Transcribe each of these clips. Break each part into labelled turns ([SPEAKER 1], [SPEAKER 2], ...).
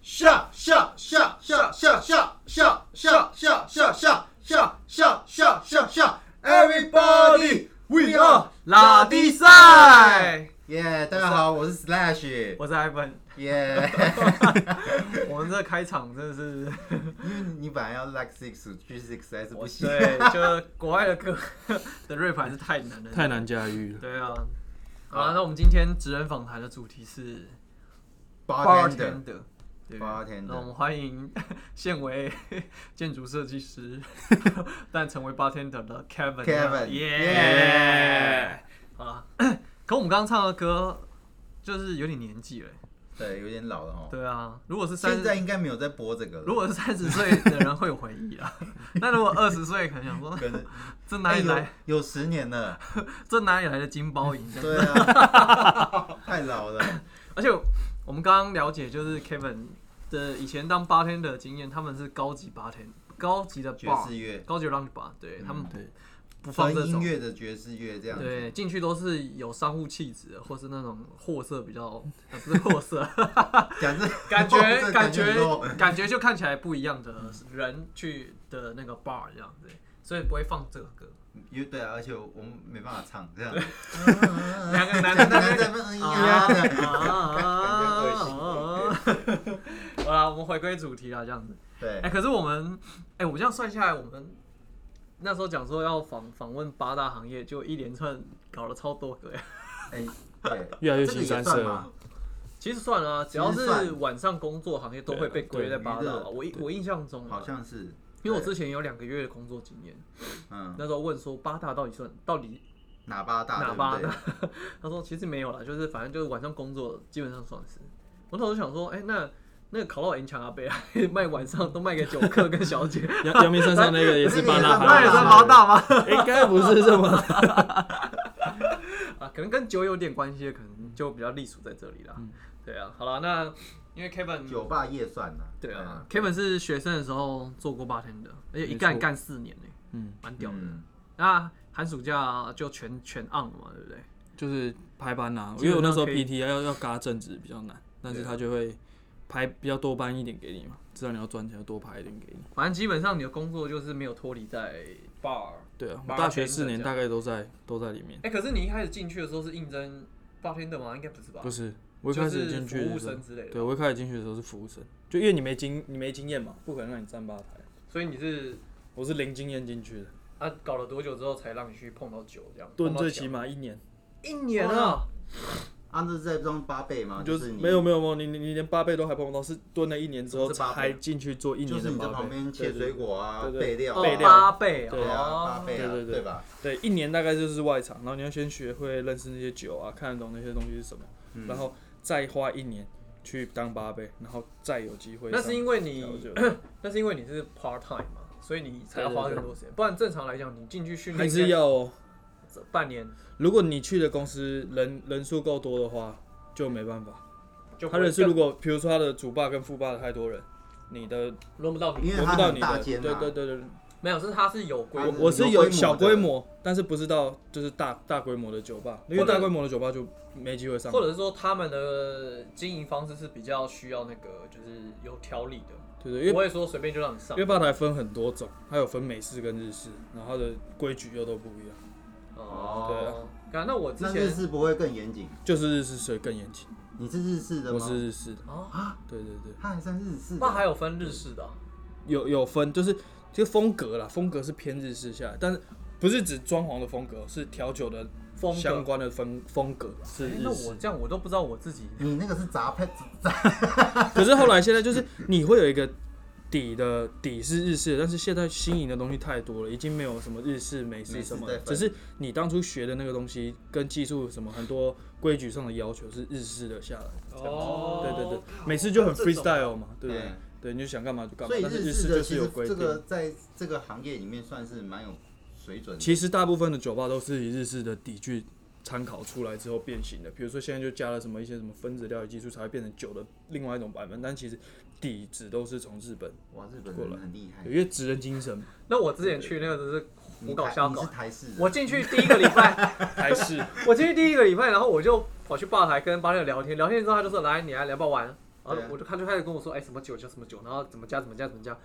[SPEAKER 1] 笑笑笑笑笑笑笑笑笑笑笑笑笑笑笑笑，Everybody we are
[SPEAKER 2] 拉低赛，
[SPEAKER 1] 耶大家好，我是 Slash，
[SPEAKER 2] 我是 Ivan。
[SPEAKER 1] 耶
[SPEAKER 2] 我们这开场真的是，
[SPEAKER 1] 你本来要 Like Six 去 Six 还是不行，
[SPEAKER 2] 对， 就是国外的歌 的 rap 还是太难了，
[SPEAKER 3] 太。难驾驭了。
[SPEAKER 2] 对啊，好了，那我们今天职人访谈的主题是
[SPEAKER 1] 八
[SPEAKER 2] Bar
[SPEAKER 1] 天的，
[SPEAKER 2] Bartender。对
[SPEAKER 1] Bartender
[SPEAKER 2] 那我们欢迎 现为 建筑设计师，但成为 bartender 的 Kevin。
[SPEAKER 1] Kevin，耶
[SPEAKER 2] 耶！好了， 可我们刚刚唱的歌就是有点年纪了欸。
[SPEAKER 1] 对，有点老了哦。
[SPEAKER 2] 对啊，如果是三
[SPEAKER 1] 现在应该没有在播这个了，
[SPEAKER 2] 如果是三十岁的人会有回忆啊， 那如果二十岁可能想说，
[SPEAKER 1] 可能
[SPEAKER 2] 这哪
[SPEAKER 1] 哎
[SPEAKER 2] 里来，
[SPEAKER 1] 有有十年了，
[SPEAKER 2] 这哪里来的金包银这样？
[SPEAKER 1] 对啊，太老了，
[SPEAKER 2] 而且我们刚刚了解，就是 Kevin 的以前当 bartender 的经验，他们是高级 bartender，高级的
[SPEAKER 1] 爵
[SPEAKER 2] bar，
[SPEAKER 1] 士乐，
[SPEAKER 2] 高级 lounge bar，对他们
[SPEAKER 3] 对，
[SPEAKER 2] 不放
[SPEAKER 1] 嗯纯
[SPEAKER 2] 这
[SPEAKER 1] 音
[SPEAKER 2] 种。
[SPEAKER 1] 乐的爵士乐这样子，
[SPEAKER 2] 对，进去都是有商务气质的，或是那种货色比较，呃、不是货 色，
[SPEAKER 1] 讲这
[SPEAKER 2] 感
[SPEAKER 1] 这
[SPEAKER 2] 觉感
[SPEAKER 1] 很弱
[SPEAKER 2] 觉感觉就看起来不一样的人去的那个 bar 这样子，所以不会放这个 歌。
[SPEAKER 1] 因为对啊，而且我们没办法唱 这样。
[SPEAKER 2] 两个
[SPEAKER 1] 男
[SPEAKER 2] 男
[SPEAKER 1] 的
[SPEAKER 2] 的
[SPEAKER 1] 男
[SPEAKER 2] 在
[SPEAKER 1] 的
[SPEAKER 2] 那
[SPEAKER 1] 们嗯
[SPEAKER 2] 啊
[SPEAKER 1] 呀这样
[SPEAKER 2] 啊！好啦，我们回归主题啦，这样子。哎、
[SPEAKER 1] 对，
[SPEAKER 2] 可是我们，哎、我这样算下来，我们那时候讲说要访访问八大行业，就一连串搞了超多个、哎
[SPEAKER 1] 哎，对，
[SPEAKER 3] 越来越
[SPEAKER 1] 这个
[SPEAKER 3] 新
[SPEAKER 1] 也
[SPEAKER 3] 三
[SPEAKER 1] 算
[SPEAKER 3] 色
[SPEAKER 1] 吗
[SPEAKER 3] 了。
[SPEAKER 2] 其实算了、啊，只要
[SPEAKER 1] 其实
[SPEAKER 2] 是
[SPEAKER 1] 算
[SPEAKER 2] 晚上工作行业都会被归在八大
[SPEAKER 1] 对啊
[SPEAKER 2] 吧。
[SPEAKER 1] 对
[SPEAKER 2] 我印我印象中啊，
[SPEAKER 1] 好像是，
[SPEAKER 2] 因为我之
[SPEAKER 1] 对
[SPEAKER 2] 前有两个月的工作经验，
[SPEAKER 1] 嗯
[SPEAKER 2] 那时候问说八大到底算到底
[SPEAKER 1] 哪八大
[SPEAKER 2] 哪八
[SPEAKER 1] 对不
[SPEAKER 2] 大？他说其实没有啦，就是反正就是晚上工作基本上算是。我那时候想说，哎、那那个烤肉银墙阿贝啊，卖晚上都卖给酒客跟小姐，
[SPEAKER 3] 杨杨明身上那个也是
[SPEAKER 1] 那个
[SPEAKER 3] 巴
[SPEAKER 1] 也
[SPEAKER 3] 纳
[SPEAKER 1] 算
[SPEAKER 3] 哈，
[SPEAKER 1] 八大吗
[SPEAKER 2] 大吗？
[SPEAKER 3] 应该不是这么。
[SPEAKER 2] 啊，可能跟酒有点关系，可能就比较隶属在这里啦。对啊，好啦，那因为 Kevin
[SPEAKER 1] 对 酒吧夜算呐，
[SPEAKER 2] 对啊
[SPEAKER 1] 嗯
[SPEAKER 2] ，Kevin 是学生的时候做过八天的，而且一
[SPEAKER 3] 没
[SPEAKER 2] 干
[SPEAKER 3] 错
[SPEAKER 2] 干四年呢、
[SPEAKER 3] 嗯，
[SPEAKER 2] 蛮屌的。
[SPEAKER 1] 嗯
[SPEAKER 2] 那寒暑假就全全 on 了嘛，对不对？
[SPEAKER 3] 就是排班啦，
[SPEAKER 2] 基本上
[SPEAKER 3] 因为我那时候
[SPEAKER 2] 可以
[SPEAKER 3] PT 要要嘎正职比较难，但是他就会排比较多班一点给你嘛，知道你要赚钱就多排一点给你。
[SPEAKER 2] 反正基本上你的工作就是没有脱离在 bar
[SPEAKER 3] 对啊，
[SPEAKER 2] 八天
[SPEAKER 3] 我大学四年
[SPEAKER 2] 的这
[SPEAKER 3] 大概都在都在里面，
[SPEAKER 2] 哎、可是你一开始进去的时候是应征八天的吗？应该不是吧？
[SPEAKER 3] 不是我一开始进去
[SPEAKER 2] 啊服务
[SPEAKER 3] 的时候
[SPEAKER 2] 生，之类的，
[SPEAKER 3] 对我一开始进去的时候是服务生，就因为你没经你没经验嘛，不可能让你站吧台，
[SPEAKER 2] 所以你是
[SPEAKER 3] 我是零经验进去的，
[SPEAKER 2] 啊搞了多久之后才让你去碰到酒这样？
[SPEAKER 3] 蹲
[SPEAKER 2] 碰到
[SPEAKER 3] 最
[SPEAKER 2] 酒
[SPEAKER 3] 起码一年。
[SPEAKER 2] 一年啊！
[SPEAKER 1] 按照在装八倍嘛，
[SPEAKER 3] 就是是
[SPEAKER 1] 你
[SPEAKER 3] 没有没有没有，你你你连八倍都还碰不到，是蹲了一年之后
[SPEAKER 1] 就是八倍
[SPEAKER 3] 才进去做一
[SPEAKER 1] 就
[SPEAKER 3] 年
[SPEAKER 1] 是
[SPEAKER 3] 的
[SPEAKER 1] 你在
[SPEAKER 3] 八
[SPEAKER 1] 旁
[SPEAKER 3] 倍，
[SPEAKER 1] 边切水果啊、
[SPEAKER 3] 对对
[SPEAKER 1] 备料
[SPEAKER 2] 哦
[SPEAKER 1] 啊、
[SPEAKER 3] 备料
[SPEAKER 2] 八倍
[SPEAKER 3] 对
[SPEAKER 1] 对啊、八
[SPEAKER 2] 哦，
[SPEAKER 1] 倍啊，
[SPEAKER 3] 对对对
[SPEAKER 1] 对吧？
[SPEAKER 3] 对，一年大概就是外场，然后你要先学会认识那些酒啊，看得懂那些东西是什么，
[SPEAKER 1] 嗯
[SPEAKER 3] 然后再花一年去当八倍，然后再有机会上。
[SPEAKER 2] 那是因为
[SPEAKER 3] 调
[SPEAKER 2] 你
[SPEAKER 3] 酒
[SPEAKER 2] 那是因为你是 part time 嘛，所以你才要花
[SPEAKER 3] 对对对
[SPEAKER 2] 更多时间。不然正常来讲，你进去训练
[SPEAKER 3] 还
[SPEAKER 2] 应
[SPEAKER 3] 是
[SPEAKER 2] 该
[SPEAKER 3] 要哦，
[SPEAKER 2] 半年
[SPEAKER 3] 如果你去的公司人人数够多的话，就没办法。
[SPEAKER 2] 就不
[SPEAKER 3] 他
[SPEAKER 2] 会
[SPEAKER 3] 人数如
[SPEAKER 2] 更
[SPEAKER 3] 果比如说他的主爸跟副爸太多人，你的
[SPEAKER 2] 轮不到你，
[SPEAKER 1] 因为
[SPEAKER 3] 轮
[SPEAKER 1] 它
[SPEAKER 3] 不到
[SPEAKER 1] 很
[SPEAKER 3] 你
[SPEAKER 1] 大
[SPEAKER 3] 的，
[SPEAKER 1] 间
[SPEAKER 3] 对
[SPEAKER 1] 啊，
[SPEAKER 3] 对对对，
[SPEAKER 2] 没有是他是有规
[SPEAKER 1] 他
[SPEAKER 2] 模
[SPEAKER 1] 是
[SPEAKER 2] 的，
[SPEAKER 3] 我是
[SPEAKER 1] 嗯有规模
[SPEAKER 3] 有
[SPEAKER 1] 的
[SPEAKER 3] 小规模，但是不是到就是大大规模的酒吧，因为
[SPEAKER 2] 或者
[SPEAKER 3] 大规模的酒吧就没机会上
[SPEAKER 2] 或。者是说他们的经营方式是比较需要那个就是有条理的。
[SPEAKER 3] 对对，因
[SPEAKER 2] 不
[SPEAKER 3] 为
[SPEAKER 2] 会说随便就让你上
[SPEAKER 3] 因为吧台分很多种，它有分美式跟日式，然后它的规矩又都不一样。对
[SPEAKER 2] 哦
[SPEAKER 3] 啊。
[SPEAKER 2] 对啊，那我之
[SPEAKER 1] 那日
[SPEAKER 2] 前
[SPEAKER 1] 式不会更严谨？
[SPEAKER 3] 就是日式所以更严谨，
[SPEAKER 1] 你是日式的
[SPEAKER 3] 我
[SPEAKER 1] 吗？
[SPEAKER 3] 是日式的。
[SPEAKER 2] 哦，
[SPEAKER 3] 对对对，
[SPEAKER 1] 它还算日式的，
[SPEAKER 2] 那还有分日式的啊
[SPEAKER 3] 有有分，就是就风格啦，风格是偏日式下来，但是不是指装潢的风格，是调酒的
[SPEAKER 2] 风
[SPEAKER 3] 相
[SPEAKER 2] 格。
[SPEAKER 3] 关的风风格是
[SPEAKER 2] 哎
[SPEAKER 3] 日
[SPEAKER 2] 那
[SPEAKER 3] 式
[SPEAKER 2] 我。这样我都不知道我自己
[SPEAKER 1] 你那个是杂配杂
[SPEAKER 3] 可是后来现在就是你会有一个底的底是日式的，但是现在新颖的东西太多了，已经没有什么日式、美
[SPEAKER 1] 美
[SPEAKER 3] 式
[SPEAKER 1] 式
[SPEAKER 3] 什么
[SPEAKER 1] 在
[SPEAKER 3] 的，
[SPEAKER 1] 分
[SPEAKER 3] 只是你当初学的那个东西跟技术什么很多规矩上的要求是日式的下来。
[SPEAKER 2] 哦
[SPEAKER 3] 对对对，美式就很 freestyle 嘛，对不对
[SPEAKER 1] 嗯？
[SPEAKER 3] 对，你就想干嘛就干嘛
[SPEAKER 1] 所，以
[SPEAKER 3] 但是
[SPEAKER 1] 日
[SPEAKER 3] 式
[SPEAKER 1] 的
[SPEAKER 3] 就
[SPEAKER 1] 其
[SPEAKER 3] 是
[SPEAKER 1] 实
[SPEAKER 3] 有规
[SPEAKER 1] 这个
[SPEAKER 3] 定。
[SPEAKER 1] 在这个行业里面算是蛮有水准的。
[SPEAKER 3] 其实大部分的酒吧都是以日式的底去参考出来之后变形的，比如说现在就加了什么一些什么分子料理技术，才会变成酒的另外一种版本，但其实底子都是从日本，
[SPEAKER 1] 哇，日本
[SPEAKER 3] 过
[SPEAKER 1] 人
[SPEAKER 3] 来
[SPEAKER 1] 很厉害
[SPEAKER 3] 因。为职人精 神嘛
[SPEAKER 2] 那我之前去那个只是
[SPEAKER 1] 你
[SPEAKER 2] 胡搞
[SPEAKER 1] 台
[SPEAKER 2] 瞎
[SPEAKER 1] 你
[SPEAKER 2] 搞
[SPEAKER 1] 是。台式人，
[SPEAKER 2] 我进去第一个礼拜，
[SPEAKER 3] 还是
[SPEAKER 2] 我进去第一个礼拜，然后我就跑去吧台跟吧台聊天，聊天之后他就说：“来，你来聊不玩？”然后
[SPEAKER 1] 对啊
[SPEAKER 2] 我就他就开始跟我说，哎、什么酒叫什么酒，然后怎么加怎么加怎么加，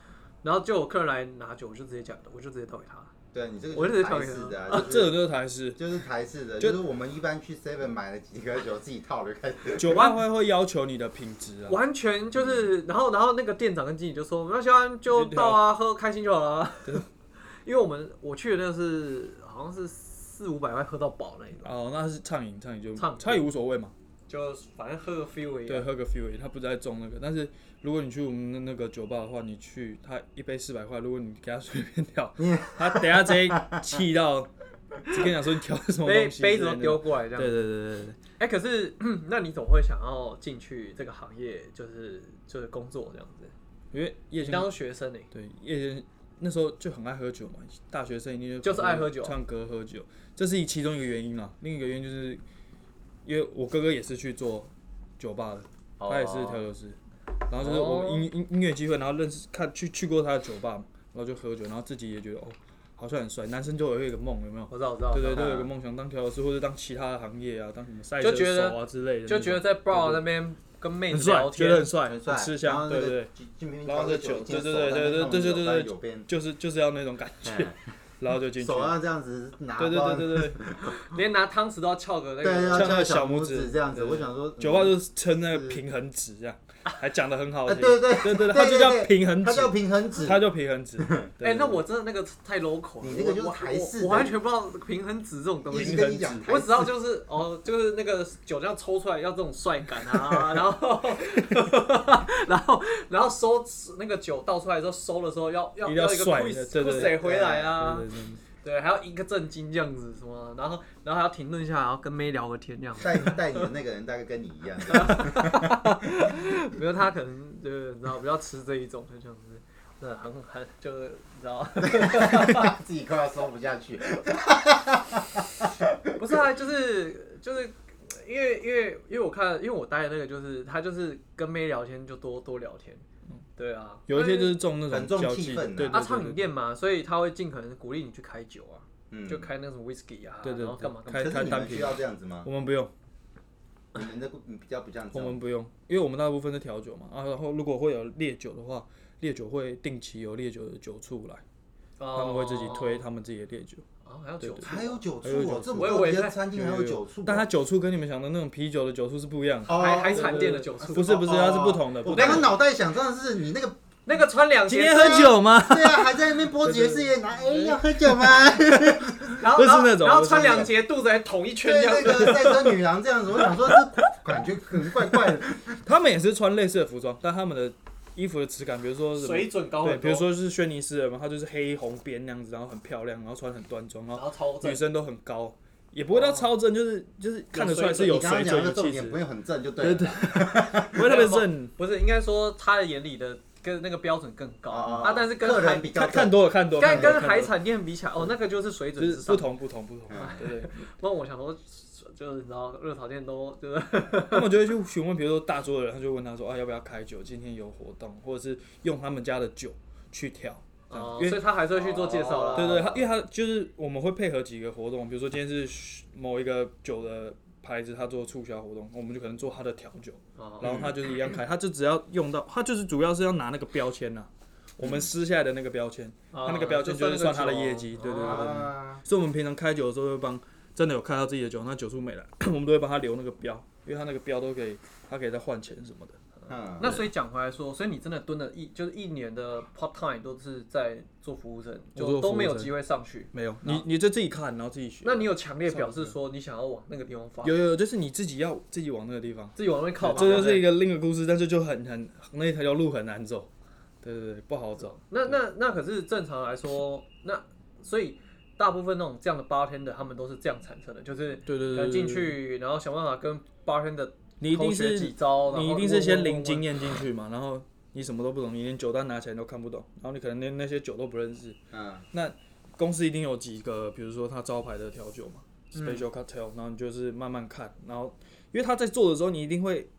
[SPEAKER 2] 然后就有客人来拿酒，我就直接讲，我就直接倒给他。
[SPEAKER 1] 对你这个
[SPEAKER 2] 我就
[SPEAKER 1] 就是
[SPEAKER 2] 直接跳
[SPEAKER 1] 台
[SPEAKER 2] 给他
[SPEAKER 1] 式的、啊
[SPEAKER 3] 啊，，
[SPEAKER 1] 就
[SPEAKER 3] 这
[SPEAKER 1] 是
[SPEAKER 3] 个就是台式。
[SPEAKER 1] 就是台式的，
[SPEAKER 3] 就
[SPEAKER 1] 就是我们一般去 Seven 买了几个酒，自己套着开始。
[SPEAKER 3] 酒吧会会要求你的品质啊，
[SPEAKER 2] 完全就是，然后然后那个店长跟经理就说，没关系啊，嗯就到啊，喝开心就好了啊。 因为我们我去的那个是好像是四五百块喝到饱那一种，
[SPEAKER 3] 哦，那是畅饮，畅饮就
[SPEAKER 2] 畅饮
[SPEAKER 3] 畅饮无所谓嘛，
[SPEAKER 2] 就反正喝个 feel 啊一
[SPEAKER 3] 对，
[SPEAKER 2] 样。
[SPEAKER 3] 喝个 few，他不在中那个。但是如果你去我们的那个酒吧的话，你去他一杯四百块，如果你给他随便调，他等下直接气到，只跟你讲说你调的什么
[SPEAKER 2] 杯
[SPEAKER 3] 东西，
[SPEAKER 2] 杯子都丢。过来这
[SPEAKER 3] 对
[SPEAKER 2] 样。
[SPEAKER 3] 对对对对，
[SPEAKER 2] 哎、可是那你怎么会想要进去这个行业，就是就是工作这样子？
[SPEAKER 3] 因为夜
[SPEAKER 2] 你
[SPEAKER 3] 间
[SPEAKER 2] 当学生呢、欸
[SPEAKER 3] 对，夜间那时候就很爱喝酒嘛，大学生一定
[SPEAKER 2] 就是爱喝酒啊
[SPEAKER 3] 唱歌喝酒，这是其中一个原因啦。另一个原因就是，因为我哥哥也是去做酒吧的，
[SPEAKER 2] 哦
[SPEAKER 3] 他也是调酒师，然后就是我音音音乐机会，然后认识看去去过他的酒吧嘛，然后就喝酒，然后自己也觉得哦，好像很帅，男生就有一个梦，有没有？
[SPEAKER 2] 我知道，我知道，
[SPEAKER 3] 对对，
[SPEAKER 2] 我知道
[SPEAKER 3] 都有一个梦想，当调酒师或者当其他的行业啊，当什么赛
[SPEAKER 2] 啊就
[SPEAKER 3] 车
[SPEAKER 2] 觉得
[SPEAKER 3] 手啊之类的那种，
[SPEAKER 2] 就觉得在 bar 那边跟妹
[SPEAKER 3] 很
[SPEAKER 2] 子
[SPEAKER 3] 帅，
[SPEAKER 2] 聊
[SPEAKER 3] 觉得
[SPEAKER 2] 天
[SPEAKER 3] 很，帅，
[SPEAKER 1] 很帅，
[SPEAKER 3] 吃
[SPEAKER 1] 然
[SPEAKER 3] 香，
[SPEAKER 1] 后
[SPEAKER 3] 对
[SPEAKER 1] 那
[SPEAKER 3] 对
[SPEAKER 1] 个
[SPEAKER 3] 对。
[SPEAKER 1] 金金瓶瓶
[SPEAKER 3] 然后
[SPEAKER 1] 调
[SPEAKER 3] 这
[SPEAKER 1] 的
[SPEAKER 3] 酒，
[SPEAKER 1] 酒，
[SPEAKER 3] 对对对对对对对对
[SPEAKER 1] 右边哎
[SPEAKER 3] 对，就是就是要那种感觉， 然后就进去
[SPEAKER 1] 手，啊要这样子拿，
[SPEAKER 3] 对对对对对，
[SPEAKER 2] 连拿汤匙都要翘个那
[SPEAKER 1] 对啊
[SPEAKER 2] 个。
[SPEAKER 1] 要
[SPEAKER 3] 像那
[SPEAKER 1] 像
[SPEAKER 3] 个
[SPEAKER 1] 小
[SPEAKER 3] 小
[SPEAKER 1] 拇
[SPEAKER 3] 拇
[SPEAKER 1] 指
[SPEAKER 3] 指
[SPEAKER 1] 这样子。
[SPEAKER 3] 对
[SPEAKER 1] 我想说，
[SPEAKER 3] 酒吧就是称那个平衡值这样，还讲的很好
[SPEAKER 1] 啊，
[SPEAKER 3] 听，
[SPEAKER 1] 对对
[SPEAKER 3] 对对，
[SPEAKER 1] 对，
[SPEAKER 3] 它就叫
[SPEAKER 1] 对
[SPEAKER 3] 平衡
[SPEAKER 1] 它
[SPEAKER 3] 值
[SPEAKER 1] 叫，平衡指，
[SPEAKER 3] 它就平 衡值。
[SPEAKER 2] 哎、
[SPEAKER 3] 对
[SPEAKER 2] 那我真的那个太 local 了，
[SPEAKER 1] 你那个
[SPEAKER 2] 我
[SPEAKER 1] 就是
[SPEAKER 2] 我
[SPEAKER 1] 台式的
[SPEAKER 2] 我，我完全不知道平衡指这种东
[SPEAKER 1] 一直
[SPEAKER 2] 西。
[SPEAKER 1] 跟你讲台
[SPEAKER 2] 我只
[SPEAKER 1] 式
[SPEAKER 2] 知道就是哦，就是那个酒这样抽出来要这种帅感 啊，然后然后然后收那个酒倒出来之后收的时候要要
[SPEAKER 3] 一定要
[SPEAKER 2] 一个
[SPEAKER 3] 帅
[SPEAKER 2] quiz
[SPEAKER 3] 的对对
[SPEAKER 2] quiz
[SPEAKER 3] 对
[SPEAKER 2] 回来啊，
[SPEAKER 3] 对对对
[SPEAKER 2] 对，还要一个震惊这样子什么，然后然后还要停顿一下，然后跟妹聊个天这样子。
[SPEAKER 1] 带带你的那个人大概跟你一样，
[SPEAKER 2] 比如他可能就是你知道比较吃这一种，就这样子，那很很就是你知道，
[SPEAKER 1] 自己快要收不下去。
[SPEAKER 2] 不是啊，就是就是因为因为因为我看因为我待的那个就是他就是跟妹聊天就多多聊天，
[SPEAKER 1] 嗯
[SPEAKER 2] 对啊，
[SPEAKER 3] 有一些就是是中那
[SPEAKER 1] 很
[SPEAKER 3] 种
[SPEAKER 1] 重
[SPEAKER 3] 交
[SPEAKER 1] 气
[SPEAKER 3] 际
[SPEAKER 1] 氛啊
[SPEAKER 3] 的，对
[SPEAKER 2] 他
[SPEAKER 3] 对
[SPEAKER 2] 唱饮
[SPEAKER 3] 对
[SPEAKER 2] 店嘛，所以他会尽可能鼓励你去开酒啊，
[SPEAKER 1] 嗯
[SPEAKER 2] 就开那种 whisky 啊，
[SPEAKER 3] 对对
[SPEAKER 2] 然后
[SPEAKER 3] 对
[SPEAKER 2] 干嘛干嘛
[SPEAKER 3] 开
[SPEAKER 1] 可是你
[SPEAKER 3] 单
[SPEAKER 1] 们
[SPEAKER 3] 品
[SPEAKER 1] 需要这样子吗？
[SPEAKER 3] 我们不用，
[SPEAKER 1] 你们的比较不像这
[SPEAKER 3] 我
[SPEAKER 1] 样，
[SPEAKER 3] 们不用，因为我们大部分是调酒嘛，啊，然后如果会有烈酒的话，烈酒会定期有烈酒的酒醋来，他们会自己推
[SPEAKER 2] 哦，
[SPEAKER 3] 他们自己的烈酒。
[SPEAKER 2] 哦还有酒醋啊，
[SPEAKER 1] 还有酒醋
[SPEAKER 3] 还有酒
[SPEAKER 1] 哦
[SPEAKER 3] 醋，
[SPEAKER 1] 这么
[SPEAKER 2] 我以
[SPEAKER 1] 高
[SPEAKER 2] 为
[SPEAKER 1] 级的
[SPEAKER 2] 在
[SPEAKER 1] 餐厅还有酒醋哦，
[SPEAKER 3] 但它酒醋跟你们想的那种啤酒的酒醋是不一样的，
[SPEAKER 1] 哦
[SPEAKER 2] 还还
[SPEAKER 1] 对
[SPEAKER 2] 产店的酒醋，
[SPEAKER 3] 不是不是，
[SPEAKER 1] 哦
[SPEAKER 3] 它是不同的。
[SPEAKER 1] 我
[SPEAKER 3] 不同
[SPEAKER 1] 刚
[SPEAKER 3] 的
[SPEAKER 1] 刚脑袋想真的是你那个，
[SPEAKER 2] 那个穿两
[SPEAKER 3] 今
[SPEAKER 2] 节
[SPEAKER 3] 天喝酒吗？
[SPEAKER 1] 对啊，还在那边波爵士也拿，哎，要喝 酒吗？
[SPEAKER 2] 然后
[SPEAKER 3] 不是
[SPEAKER 2] 然后
[SPEAKER 3] 那种
[SPEAKER 2] 然后
[SPEAKER 3] 不是
[SPEAKER 2] 穿
[SPEAKER 3] 那
[SPEAKER 2] 两节肚子还捅一圈
[SPEAKER 1] 对
[SPEAKER 2] 这样
[SPEAKER 1] 那
[SPEAKER 2] 子。
[SPEAKER 1] 个赛车女郎这样子，我想说这感觉可能怪怪的。
[SPEAKER 3] 他们也是穿类似的服装，但他们的衣服的质感，比如说什么，
[SPEAKER 2] 水准高很
[SPEAKER 3] 对，
[SPEAKER 2] 多
[SPEAKER 3] 比如说是轩尼诗人嘛，他就是黑红边那样子，然后很漂亮，然后穿很端庄，然
[SPEAKER 2] 然
[SPEAKER 3] 后
[SPEAKER 2] 后超正
[SPEAKER 3] 女，生都很高，也不会到超正，就是就是看得出来是
[SPEAKER 1] 你
[SPEAKER 3] 有
[SPEAKER 1] 刚刚
[SPEAKER 3] 水
[SPEAKER 1] 讲
[SPEAKER 3] 准
[SPEAKER 1] 的
[SPEAKER 3] 有
[SPEAKER 1] 重
[SPEAKER 3] 气
[SPEAKER 1] 点
[SPEAKER 3] 质
[SPEAKER 1] 不，用很正就对了。
[SPEAKER 3] 不会特别正。
[SPEAKER 2] 不是应该说他的眼里的跟那个标准更高
[SPEAKER 1] 哦哦
[SPEAKER 2] 啊，但是跟
[SPEAKER 1] 客人
[SPEAKER 2] 海
[SPEAKER 1] 比较
[SPEAKER 3] 看看多了看多了，
[SPEAKER 2] 跟
[SPEAKER 3] 看多了
[SPEAKER 2] 跟
[SPEAKER 3] 看
[SPEAKER 2] 海
[SPEAKER 3] 多了嗯
[SPEAKER 2] 产店比起来，哦，那个就是水准
[SPEAKER 3] 就
[SPEAKER 2] 之
[SPEAKER 3] 是
[SPEAKER 2] 上。
[SPEAKER 3] 不同不同不同，对对对，
[SPEAKER 2] 不然我想说，就是你知道热炒店都就是
[SPEAKER 3] 他们就会去询问，比如说大桌的人，他就问他说啊要不要开酒，今天有活动，或者是用他们家的酒去调，这样
[SPEAKER 2] 哦
[SPEAKER 3] 因为哦
[SPEAKER 2] 所以他还是会去做介绍啦。啊
[SPEAKER 3] 对对，他因为他就是我们会配合几个活动，比如说今天是某一个酒的牌子，他做促销活动，我们就可能做他的调酒，
[SPEAKER 2] 哦
[SPEAKER 3] 然后他就是一样开，他就只要用到，他就是主要是要拿那个标签呐、我们撕下来的那个标签，他那个标签
[SPEAKER 2] 就
[SPEAKER 3] 就是算他的业绩，对对对对。
[SPEAKER 1] 啊，
[SPEAKER 3] 所以我们平常开酒的时候会帮真的有开到自己的酒，那酒数没了， 我们都会帮他留那个标，因为他那个标都可以，他可以再换钱什么的。
[SPEAKER 1] 嗯，
[SPEAKER 2] 那所以讲回来说，所以你真的蹲了一就是一年的 part time 都是在做服务生，
[SPEAKER 3] 我
[SPEAKER 2] 就
[SPEAKER 3] 做
[SPEAKER 2] 都
[SPEAKER 3] 服务
[SPEAKER 2] 没有
[SPEAKER 3] 生
[SPEAKER 2] 机会上去。
[SPEAKER 3] 没有，你你就自己看，然后自己学。
[SPEAKER 2] 那你有强烈表示说你想要往那个地方发展，
[SPEAKER 3] 有有有，就是你自己要自己往那个地方。
[SPEAKER 2] 自己往那边靠嘛？
[SPEAKER 3] 这就
[SPEAKER 2] 对不对
[SPEAKER 3] 是一个另一个故事，但是就很很那条路很难走，对对对，不好走。
[SPEAKER 2] 那那那可是正常来说，那所以大部分那种这样的 bartender 他们都是这样产生的，就是可
[SPEAKER 3] 对对对
[SPEAKER 2] 能
[SPEAKER 3] 对，
[SPEAKER 2] 进
[SPEAKER 3] 对，
[SPEAKER 2] 去，然后想办法跟 bartender
[SPEAKER 3] 你一
[SPEAKER 2] 偷
[SPEAKER 3] 定
[SPEAKER 2] 学
[SPEAKER 3] 是
[SPEAKER 2] 几招，然
[SPEAKER 3] 你一
[SPEAKER 2] 后
[SPEAKER 3] 定
[SPEAKER 2] 问
[SPEAKER 3] 是
[SPEAKER 2] 问
[SPEAKER 3] 先
[SPEAKER 2] 问
[SPEAKER 3] 零
[SPEAKER 2] 问
[SPEAKER 3] 经验进去嘛，然后你什么都不懂，你连酒单拿起来都看不懂，然后你可能连那些酒都不认识。
[SPEAKER 1] 嗯，
[SPEAKER 3] 公司一定有几个，比如说他招牌的调酒嘛
[SPEAKER 2] 嗯
[SPEAKER 3] ，special cocktail，、然后你就是慢慢看，然后因为他在做的时候，你一定会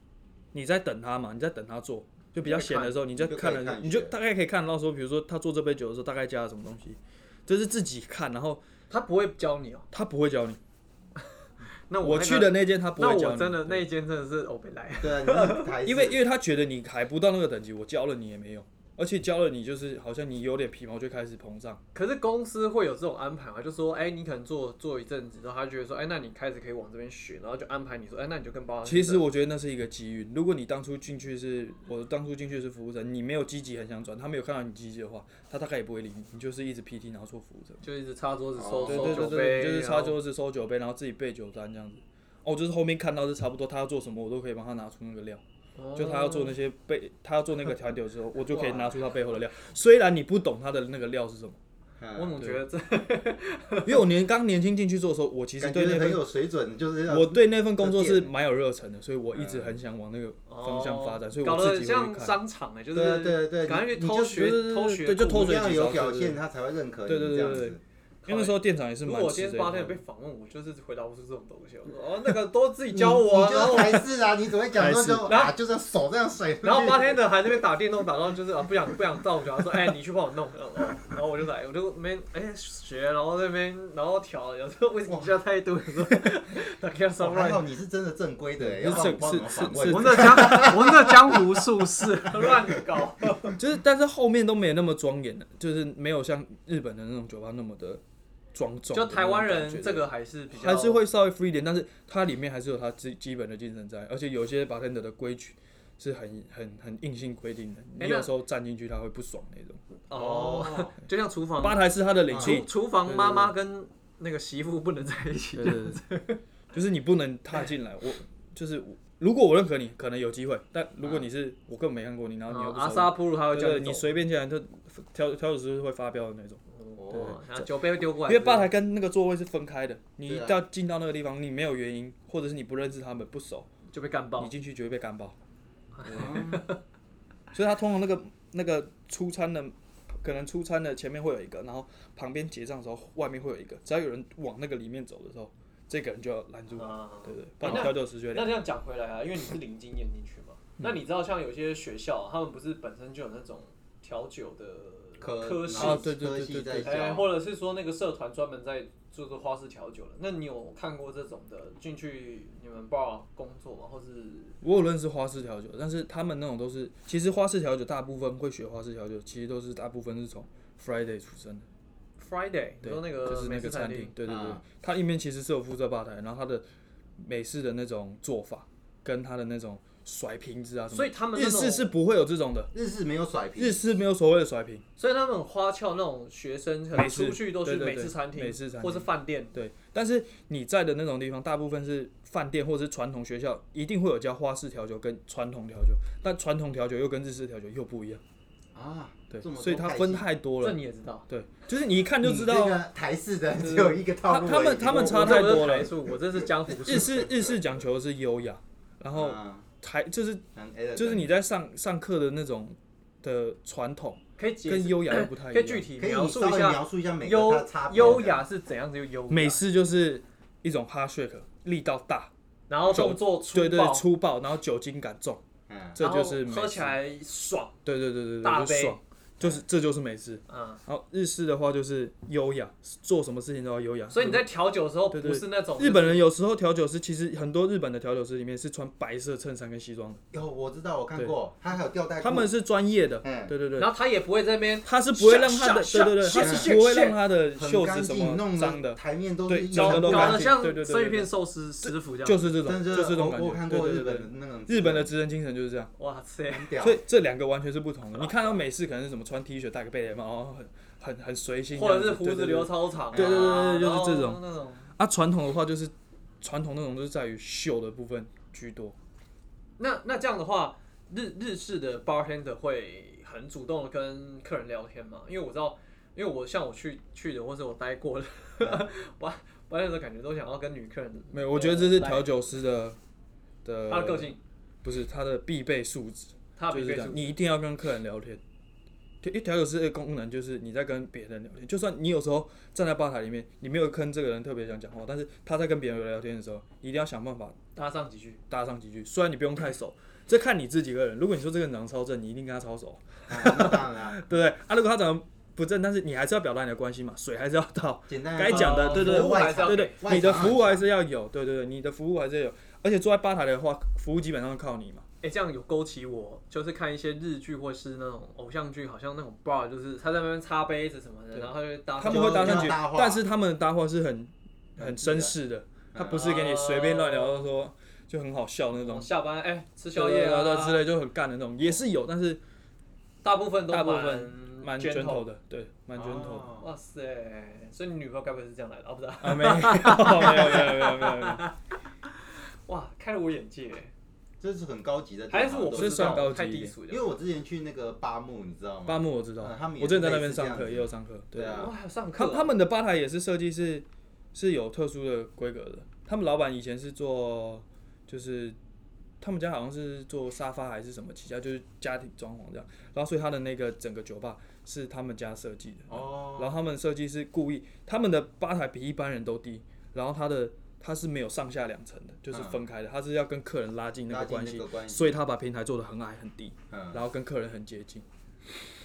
[SPEAKER 3] 你在等他嘛，你在等他做，就比较闲的时候，你就
[SPEAKER 1] 你就
[SPEAKER 3] 看
[SPEAKER 1] 可以
[SPEAKER 3] 了，
[SPEAKER 1] 看
[SPEAKER 3] 你就
[SPEAKER 1] 一些
[SPEAKER 3] 大概可以看到说，比如说他做这杯酒的时候大概加了什么东西，就是自己看，然后
[SPEAKER 2] 他不会教你哦、
[SPEAKER 3] 他不会教你。
[SPEAKER 2] 那
[SPEAKER 3] 我
[SPEAKER 2] 那
[SPEAKER 3] 去
[SPEAKER 2] 个
[SPEAKER 3] 的那间他不
[SPEAKER 2] 那
[SPEAKER 3] 会教
[SPEAKER 2] 我
[SPEAKER 3] 你，
[SPEAKER 2] 真的那
[SPEAKER 3] 对
[SPEAKER 2] 一间真的是欧北来，
[SPEAKER 1] 对啊，你是台式
[SPEAKER 3] 因为因为他觉得你还不到那个等级，我教了你也没用，而且教了你就是好像你有点皮毛就开始膨胀，
[SPEAKER 2] 可是公司会有这种安排嘛？就说，哎、你可能做做一阵子，然后他觉得说，哎、那你开始可以往这边学，然后就安排你说，哎、那你就跟包含
[SPEAKER 3] 其实我觉得那是一个机遇。如果你当初进去是，我当初进去是服务生，你没有积极很想转，他没有看到你积极的话，他大概也不会理你。你就是一直 PT，然后做服务生。
[SPEAKER 2] 就一直擦桌子
[SPEAKER 1] 哦
[SPEAKER 2] 收、
[SPEAKER 3] 对
[SPEAKER 2] 收
[SPEAKER 3] 对
[SPEAKER 2] 酒
[SPEAKER 3] 对
[SPEAKER 2] 杯，哦
[SPEAKER 3] 对，就是
[SPEAKER 2] 然
[SPEAKER 3] 擦
[SPEAKER 2] 后
[SPEAKER 3] 桌子、收酒杯，然后自己备酒单这样子。哦，就是后面看到是差不多，他要做什么，我都可以帮他拿出那个料。
[SPEAKER 2] 哦
[SPEAKER 3] 就他要做那些背，他要做那个调酒之后，我就可以拿出他背后的料。虽然你不懂他的那个料是什么，
[SPEAKER 2] 我
[SPEAKER 1] 嗯
[SPEAKER 2] 总觉得这
[SPEAKER 3] 因为我年刚年轻进去做的时候，我其实
[SPEAKER 1] 感
[SPEAKER 3] 对
[SPEAKER 1] 觉
[SPEAKER 3] 那
[SPEAKER 1] 很
[SPEAKER 3] 份
[SPEAKER 1] 有水准，就是要
[SPEAKER 3] 我对那份工作是蛮有热忱的，所以我一直很想往那个方向发展，所以
[SPEAKER 2] 搞
[SPEAKER 3] 我自
[SPEAKER 2] 得
[SPEAKER 3] 己会去
[SPEAKER 2] 像
[SPEAKER 3] 看。
[SPEAKER 2] 商场哎、就
[SPEAKER 1] 对啊
[SPEAKER 2] 是
[SPEAKER 1] 对对对
[SPEAKER 2] 赶快去
[SPEAKER 3] 你
[SPEAKER 2] 偷
[SPEAKER 3] 就
[SPEAKER 2] 学
[SPEAKER 3] 对对对
[SPEAKER 2] 偷学，
[SPEAKER 3] 对就偷
[SPEAKER 1] 一定
[SPEAKER 3] 水
[SPEAKER 1] 要
[SPEAKER 3] 几
[SPEAKER 1] 有
[SPEAKER 3] 招
[SPEAKER 1] 表
[SPEAKER 3] 对对
[SPEAKER 1] 现，
[SPEAKER 3] 对
[SPEAKER 1] 他才会认可你
[SPEAKER 3] 对对对
[SPEAKER 1] 这样
[SPEAKER 3] 对
[SPEAKER 1] 子。
[SPEAKER 3] 因为那时候店长也是
[SPEAKER 2] 如
[SPEAKER 3] 蛮
[SPEAKER 2] 果我今
[SPEAKER 3] 吃
[SPEAKER 2] 天
[SPEAKER 3] 这一
[SPEAKER 2] 八
[SPEAKER 3] 套
[SPEAKER 2] 天被
[SPEAKER 3] 的。
[SPEAKER 2] 访问，我就是回答不出这种东西。我说哦，那个都自己教
[SPEAKER 1] 你
[SPEAKER 2] 我啊，然
[SPEAKER 1] 就
[SPEAKER 2] 后
[SPEAKER 1] 是台式啊，你只会讲说就
[SPEAKER 2] 然后
[SPEAKER 1] 啊，就是手这样甩。哦
[SPEAKER 2] 然后八天的还在那边打电动，打到就是啊不想不想动，然后说哎、你去帮我弄，然后然后我就来，我就没哎、学，然后那边然后调，有时候为什么加太多，有 时候打开
[SPEAKER 1] 哦
[SPEAKER 2] 上
[SPEAKER 1] 还
[SPEAKER 2] 乱
[SPEAKER 1] 好。你是真的正规的，欸
[SPEAKER 3] 对
[SPEAKER 1] 要不然我
[SPEAKER 3] 是
[SPEAKER 1] 帮忙
[SPEAKER 3] 是
[SPEAKER 1] 反
[SPEAKER 3] 是
[SPEAKER 2] 我
[SPEAKER 1] 问
[SPEAKER 2] 们。这 江我们这江湖术士乱搞，
[SPEAKER 3] 就是，但是后面都没有那么庄严的，就是没有像日本的那种酒吧那么的庄
[SPEAKER 2] 就
[SPEAKER 3] 重的那种感觉。
[SPEAKER 2] 台湾人这个还是比较
[SPEAKER 3] 还是会稍微 free 一点，但是它里面还是有它基基本的精神在，而且有些 bartender 的规矩是很很很硬性规定的，
[SPEAKER 2] 那
[SPEAKER 3] 你有时候站进去他会不爽那种。
[SPEAKER 2] 哦，就像厨房
[SPEAKER 3] 吧台是他的领
[SPEAKER 2] 厨
[SPEAKER 3] 地，
[SPEAKER 2] 厨房妈妈跟那个媳妇不能在一起
[SPEAKER 3] 对，对对，
[SPEAKER 2] 啊
[SPEAKER 3] 就是你不能踏进来。我就是我如果我认可你，可能有机会，但如果你是我根本没看过你，然后你又
[SPEAKER 2] 哦
[SPEAKER 3] 不
[SPEAKER 2] 阿
[SPEAKER 3] 熟，
[SPEAKER 2] 萨布鲁他会
[SPEAKER 3] 对
[SPEAKER 2] 叫
[SPEAKER 3] 对，
[SPEAKER 2] 你
[SPEAKER 3] 你
[SPEAKER 2] 走
[SPEAKER 3] 随便进来就调调酒师会发飙的那种。
[SPEAKER 2] 哦，然后酒杯会丢过来，
[SPEAKER 3] 因为吧台跟那个座位是分开的，你一
[SPEAKER 1] 对啊
[SPEAKER 3] 到进到那个地方，你没有原因，或者是你不认识他们不熟，
[SPEAKER 2] 就被干爆
[SPEAKER 3] 你。进去就会被干爆。所以他通常那个那个出餐的，可能出餐的前面会有一个，然后旁边结账的时候外面会有一个，只要有人往那个里面走的时候，这个人就要拦住，
[SPEAKER 2] 啊
[SPEAKER 3] 对对，不
[SPEAKER 2] 那
[SPEAKER 3] 然调酒师就会
[SPEAKER 2] 那这样讲回来啊，因为你是零经验进去嘛，
[SPEAKER 3] 嗯
[SPEAKER 2] 那你知道像有些学校、啊他们不是本身就有那种调酒的科系，
[SPEAKER 3] 啊对对
[SPEAKER 1] 科
[SPEAKER 3] 对
[SPEAKER 1] 系
[SPEAKER 3] 对
[SPEAKER 1] 在
[SPEAKER 3] 对
[SPEAKER 2] 哎、
[SPEAKER 1] 教，
[SPEAKER 2] 或者是说那个社团专门在做做花式调酒的，那你有看过这种的进去你们 bar 工作吗？或是
[SPEAKER 3] 我有认识花式调酒，但是他们那种都是，其实花式调酒大部分会学花式调酒，其实都是大部分是从 Friday 出身的，
[SPEAKER 2] Friday，你
[SPEAKER 3] 对，
[SPEAKER 2] 说那
[SPEAKER 3] 就
[SPEAKER 2] 个
[SPEAKER 3] 是
[SPEAKER 2] 美
[SPEAKER 3] 那
[SPEAKER 2] 式
[SPEAKER 3] 个
[SPEAKER 2] 餐
[SPEAKER 3] 餐
[SPEAKER 2] 厅，
[SPEAKER 3] 对对对
[SPEAKER 1] 啊，
[SPEAKER 3] 它里面其实是有附设吧台，然后它的美式的那种做法跟它的那种甩瓶子啊什么，
[SPEAKER 2] 所以他们那
[SPEAKER 3] 日
[SPEAKER 2] 种
[SPEAKER 3] 式是不会有这种的，
[SPEAKER 1] 日式没有甩皮，
[SPEAKER 3] 日式没有所谓的甩瓶，
[SPEAKER 2] 所以他们很花俏那种学生，可能
[SPEAKER 3] 美式
[SPEAKER 2] 出去都去
[SPEAKER 3] 对对
[SPEAKER 2] 美
[SPEAKER 3] 对
[SPEAKER 2] 式餐厅、
[SPEAKER 3] 美式餐厅
[SPEAKER 2] 或是饭店，
[SPEAKER 3] 对。但是你在的那种地方，大部分是饭店或者是传统学校，一定会有教花式调酒跟传统调酒，但传统调酒又跟日式调酒又不一样，
[SPEAKER 1] 啊，
[SPEAKER 3] 对
[SPEAKER 1] 这么，多
[SPEAKER 3] 所以它
[SPEAKER 1] 派系
[SPEAKER 3] 分太多
[SPEAKER 2] 这
[SPEAKER 3] 了，
[SPEAKER 2] 你也知道。
[SPEAKER 3] 对，就是你一看就知道
[SPEAKER 1] 你这个台式的只有一个套路
[SPEAKER 3] 他
[SPEAKER 1] 而已，
[SPEAKER 3] 他们他们差太
[SPEAKER 2] 我这
[SPEAKER 3] 多了
[SPEAKER 2] 不是台塑我这是嗯江 湖
[SPEAKER 3] 日
[SPEAKER 2] 术。
[SPEAKER 3] 式日式讲求的是优雅，然后
[SPEAKER 1] 啊
[SPEAKER 3] 台就是
[SPEAKER 1] 很 elegant
[SPEAKER 3] 就是你在上上课的那种的传统
[SPEAKER 2] 可以解
[SPEAKER 3] 跟
[SPEAKER 2] 释
[SPEAKER 3] 优雅又不太一
[SPEAKER 2] 可以
[SPEAKER 3] 样。
[SPEAKER 2] 具体
[SPEAKER 1] 可以
[SPEAKER 2] 描
[SPEAKER 1] 你
[SPEAKER 2] 述
[SPEAKER 1] 稍微
[SPEAKER 2] 一下
[SPEAKER 1] 描述一下每
[SPEAKER 2] 优
[SPEAKER 1] 个它差别
[SPEAKER 2] 优，雅是怎样子优雅
[SPEAKER 3] 美，式就是一种 hard shake，力道大，
[SPEAKER 2] 然后动作粗暴，
[SPEAKER 3] 对对粗暴，然后酒精感重，
[SPEAKER 1] 嗯，
[SPEAKER 3] 这就是
[SPEAKER 2] 然
[SPEAKER 3] 美
[SPEAKER 2] 后喝
[SPEAKER 3] 式
[SPEAKER 2] 起来爽，
[SPEAKER 3] 对对对对
[SPEAKER 2] 大
[SPEAKER 3] 对，就
[SPEAKER 2] 杯
[SPEAKER 3] 爽，就是这就是美式。
[SPEAKER 2] 嗯。
[SPEAKER 3] 然后日式的话就是优雅，做什么事情都要优雅。
[SPEAKER 2] 所以你在调酒的时候
[SPEAKER 3] 对
[SPEAKER 2] 不
[SPEAKER 3] 对
[SPEAKER 2] 是那种
[SPEAKER 3] 日本人有时候调酒师，其实很多日本的调酒师里面是穿白色衬衫跟西装的，
[SPEAKER 1] 有我知道我看过，它还有吊带裤，
[SPEAKER 3] 他们是专业的
[SPEAKER 1] 哎嗯，
[SPEAKER 3] 对对对
[SPEAKER 2] 然，后他也不会在那边
[SPEAKER 3] 他是不会让他的，
[SPEAKER 2] 下
[SPEAKER 3] 对对对，
[SPEAKER 2] 下
[SPEAKER 3] 他
[SPEAKER 2] 下
[SPEAKER 3] 是不会
[SPEAKER 2] 下
[SPEAKER 3] 让他的
[SPEAKER 1] 很
[SPEAKER 3] 袖
[SPEAKER 1] 干
[SPEAKER 3] 子什
[SPEAKER 1] 净弄
[SPEAKER 3] 么
[SPEAKER 1] 得
[SPEAKER 3] 脏的，
[SPEAKER 1] 台面都
[SPEAKER 3] 对
[SPEAKER 1] 是一
[SPEAKER 3] 整
[SPEAKER 2] 搞
[SPEAKER 3] 个都
[SPEAKER 2] 搞
[SPEAKER 3] 干
[SPEAKER 2] 得
[SPEAKER 3] 净
[SPEAKER 2] 像
[SPEAKER 3] 对对对对
[SPEAKER 2] 生鱼片寿司师傅这样。
[SPEAKER 3] 就是这种，
[SPEAKER 1] 真的
[SPEAKER 3] 就是这种感
[SPEAKER 1] 我我
[SPEAKER 3] 觉。
[SPEAKER 1] 看
[SPEAKER 3] 对
[SPEAKER 1] 过
[SPEAKER 3] 对
[SPEAKER 1] 日
[SPEAKER 3] 对
[SPEAKER 1] 本
[SPEAKER 3] 对
[SPEAKER 1] 的那种
[SPEAKER 3] 日本的职人精神就是这样，
[SPEAKER 2] 哇塞，
[SPEAKER 1] 很屌
[SPEAKER 3] 所，以这两个完全是不同的。你看到美式可能是什么穿 T 恤戴个贝雷帽，然后很很很随性这
[SPEAKER 2] 或
[SPEAKER 3] 样
[SPEAKER 2] 者
[SPEAKER 3] 子，
[SPEAKER 2] 是胡
[SPEAKER 3] 对
[SPEAKER 2] 子
[SPEAKER 3] 对对
[SPEAKER 2] 留超长啊，
[SPEAKER 3] 对对对对
[SPEAKER 2] 然后
[SPEAKER 3] 就是这种
[SPEAKER 2] 那种。
[SPEAKER 3] 啊。传统的话就是传统那种就是在于秀的部分居多，
[SPEAKER 2] 那那这样的话，日日式的 bartender 会很主动的跟客人聊天嘛？因为我知道，因为我像我去去的或者我待过的 bar bartender 感觉都想要跟女客人
[SPEAKER 3] 没有，我觉得这是调
[SPEAKER 2] 来
[SPEAKER 3] 酒师的的
[SPEAKER 2] 他的个，性，
[SPEAKER 3] 不是他的必备素质，
[SPEAKER 2] 他的
[SPEAKER 3] 就
[SPEAKER 2] 必
[SPEAKER 3] 是
[SPEAKER 2] 备
[SPEAKER 3] 这
[SPEAKER 2] 素
[SPEAKER 3] 样，你一定要跟客人聊天。调一调酒师的功能就是你在跟别人聊天，就算你有时候站在吧台里面，你没有跟这个人特别想讲话，但是他在跟别人聊天的时候，你一定要想办法
[SPEAKER 2] 搭上几句。
[SPEAKER 3] 搭上几句，虽然你不用太熟，这看你自己个人。如果你说这个人长得超正，你一定跟他超熟，
[SPEAKER 1] 啊那当然啊
[SPEAKER 3] 对不对？啊，如果他长得不正，但是你还是要表达你的关心嘛，水还是要到，
[SPEAKER 1] 简单
[SPEAKER 3] 该讲的，
[SPEAKER 2] 哦
[SPEAKER 3] 对对
[SPEAKER 2] 服务还是要
[SPEAKER 3] 对对
[SPEAKER 2] 给，
[SPEAKER 1] 外
[SPEAKER 3] 你的
[SPEAKER 1] 场
[SPEAKER 3] 服务还是要有，对对对，你的服务还是要有，而且坐在吧台的话，服务基本上是靠你嘛。
[SPEAKER 2] 哎、这样有勾起我，就是看一些日剧或是那种偶像剧，好像那种 bar，就是他在那边擦杯子什么的，然后他就搭
[SPEAKER 3] 他们会搭
[SPEAKER 1] 啊
[SPEAKER 3] 上
[SPEAKER 1] 就
[SPEAKER 3] 去
[SPEAKER 1] 要搭话，
[SPEAKER 3] 但是他们的搭话是很很绅士
[SPEAKER 1] 嗯
[SPEAKER 3] 的，他不是给你随便乱聊
[SPEAKER 1] 哦
[SPEAKER 3] 到说就很好笑那种，
[SPEAKER 2] 下班哎、吃宵夜
[SPEAKER 3] 对对对
[SPEAKER 2] 啊
[SPEAKER 3] 之类就很干的那种，也是有，但是
[SPEAKER 2] 大部分都
[SPEAKER 3] 大部
[SPEAKER 2] 蛮
[SPEAKER 3] 分蛮
[SPEAKER 2] 卷
[SPEAKER 3] 卷头的，对，蛮卷头的。
[SPEAKER 1] 嗯哦
[SPEAKER 2] 哇塞！所以你女朋友该不会是这样来的啊？不是啊、
[SPEAKER 3] 啊，没有没有没有没有没有 没
[SPEAKER 1] 哦
[SPEAKER 3] 有，
[SPEAKER 2] 哇，开了我眼界，
[SPEAKER 1] 这是很高级的电脑，
[SPEAKER 2] 还是我不
[SPEAKER 3] 这
[SPEAKER 2] 知
[SPEAKER 3] 算
[SPEAKER 2] 道，
[SPEAKER 3] 高级
[SPEAKER 2] 太
[SPEAKER 3] 一
[SPEAKER 2] 低
[SPEAKER 3] 点
[SPEAKER 2] 俗
[SPEAKER 1] 因
[SPEAKER 2] 了。
[SPEAKER 1] 为我之前去那个八木，你知道吗？
[SPEAKER 3] 巴木我知道
[SPEAKER 1] 嗯他们，也
[SPEAKER 3] 我之前在那边
[SPEAKER 1] 类似
[SPEAKER 3] 上
[SPEAKER 1] 这样
[SPEAKER 3] 课
[SPEAKER 1] 子
[SPEAKER 3] 也有上课，对
[SPEAKER 1] 对啊
[SPEAKER 2] 哇，还有上
[SPEAKER 3] 他
[SPEAKER 2] 课哦、
[SPEAKER 3] 他们的吧台也是设计是是有特殊的规格的。他们老板以前是做，就是他们家好像是做沙发还是什么起家，就是家庭装潢这样。然后所以他的那个整个酒吧是他们家设计的。
[SPEAKER 1] 哦，
[SPEAKER 3] 然后他们设计是故意，他们的吧台比一般人都低，然后他的他是没有上下两层的，就是分开的，他是要跟客人拉近
[SPEAKER 1] 嗯
[SPEAKER 3] 那
[SPEAKER 1] 拉
[SPEAKER 3] 个
[SPEAKER 1] 近
[SPEAKER 3] 关
[SPEAKER 1] 那
[SPEAKER 3] 系
[SPEAKER 1] 个，关系
[SPEAKER 3] 所以他把平台做的很矮很低，
[SPEAKER 1] 嗯
[SPEAKER 3] 然后跟客人很接近。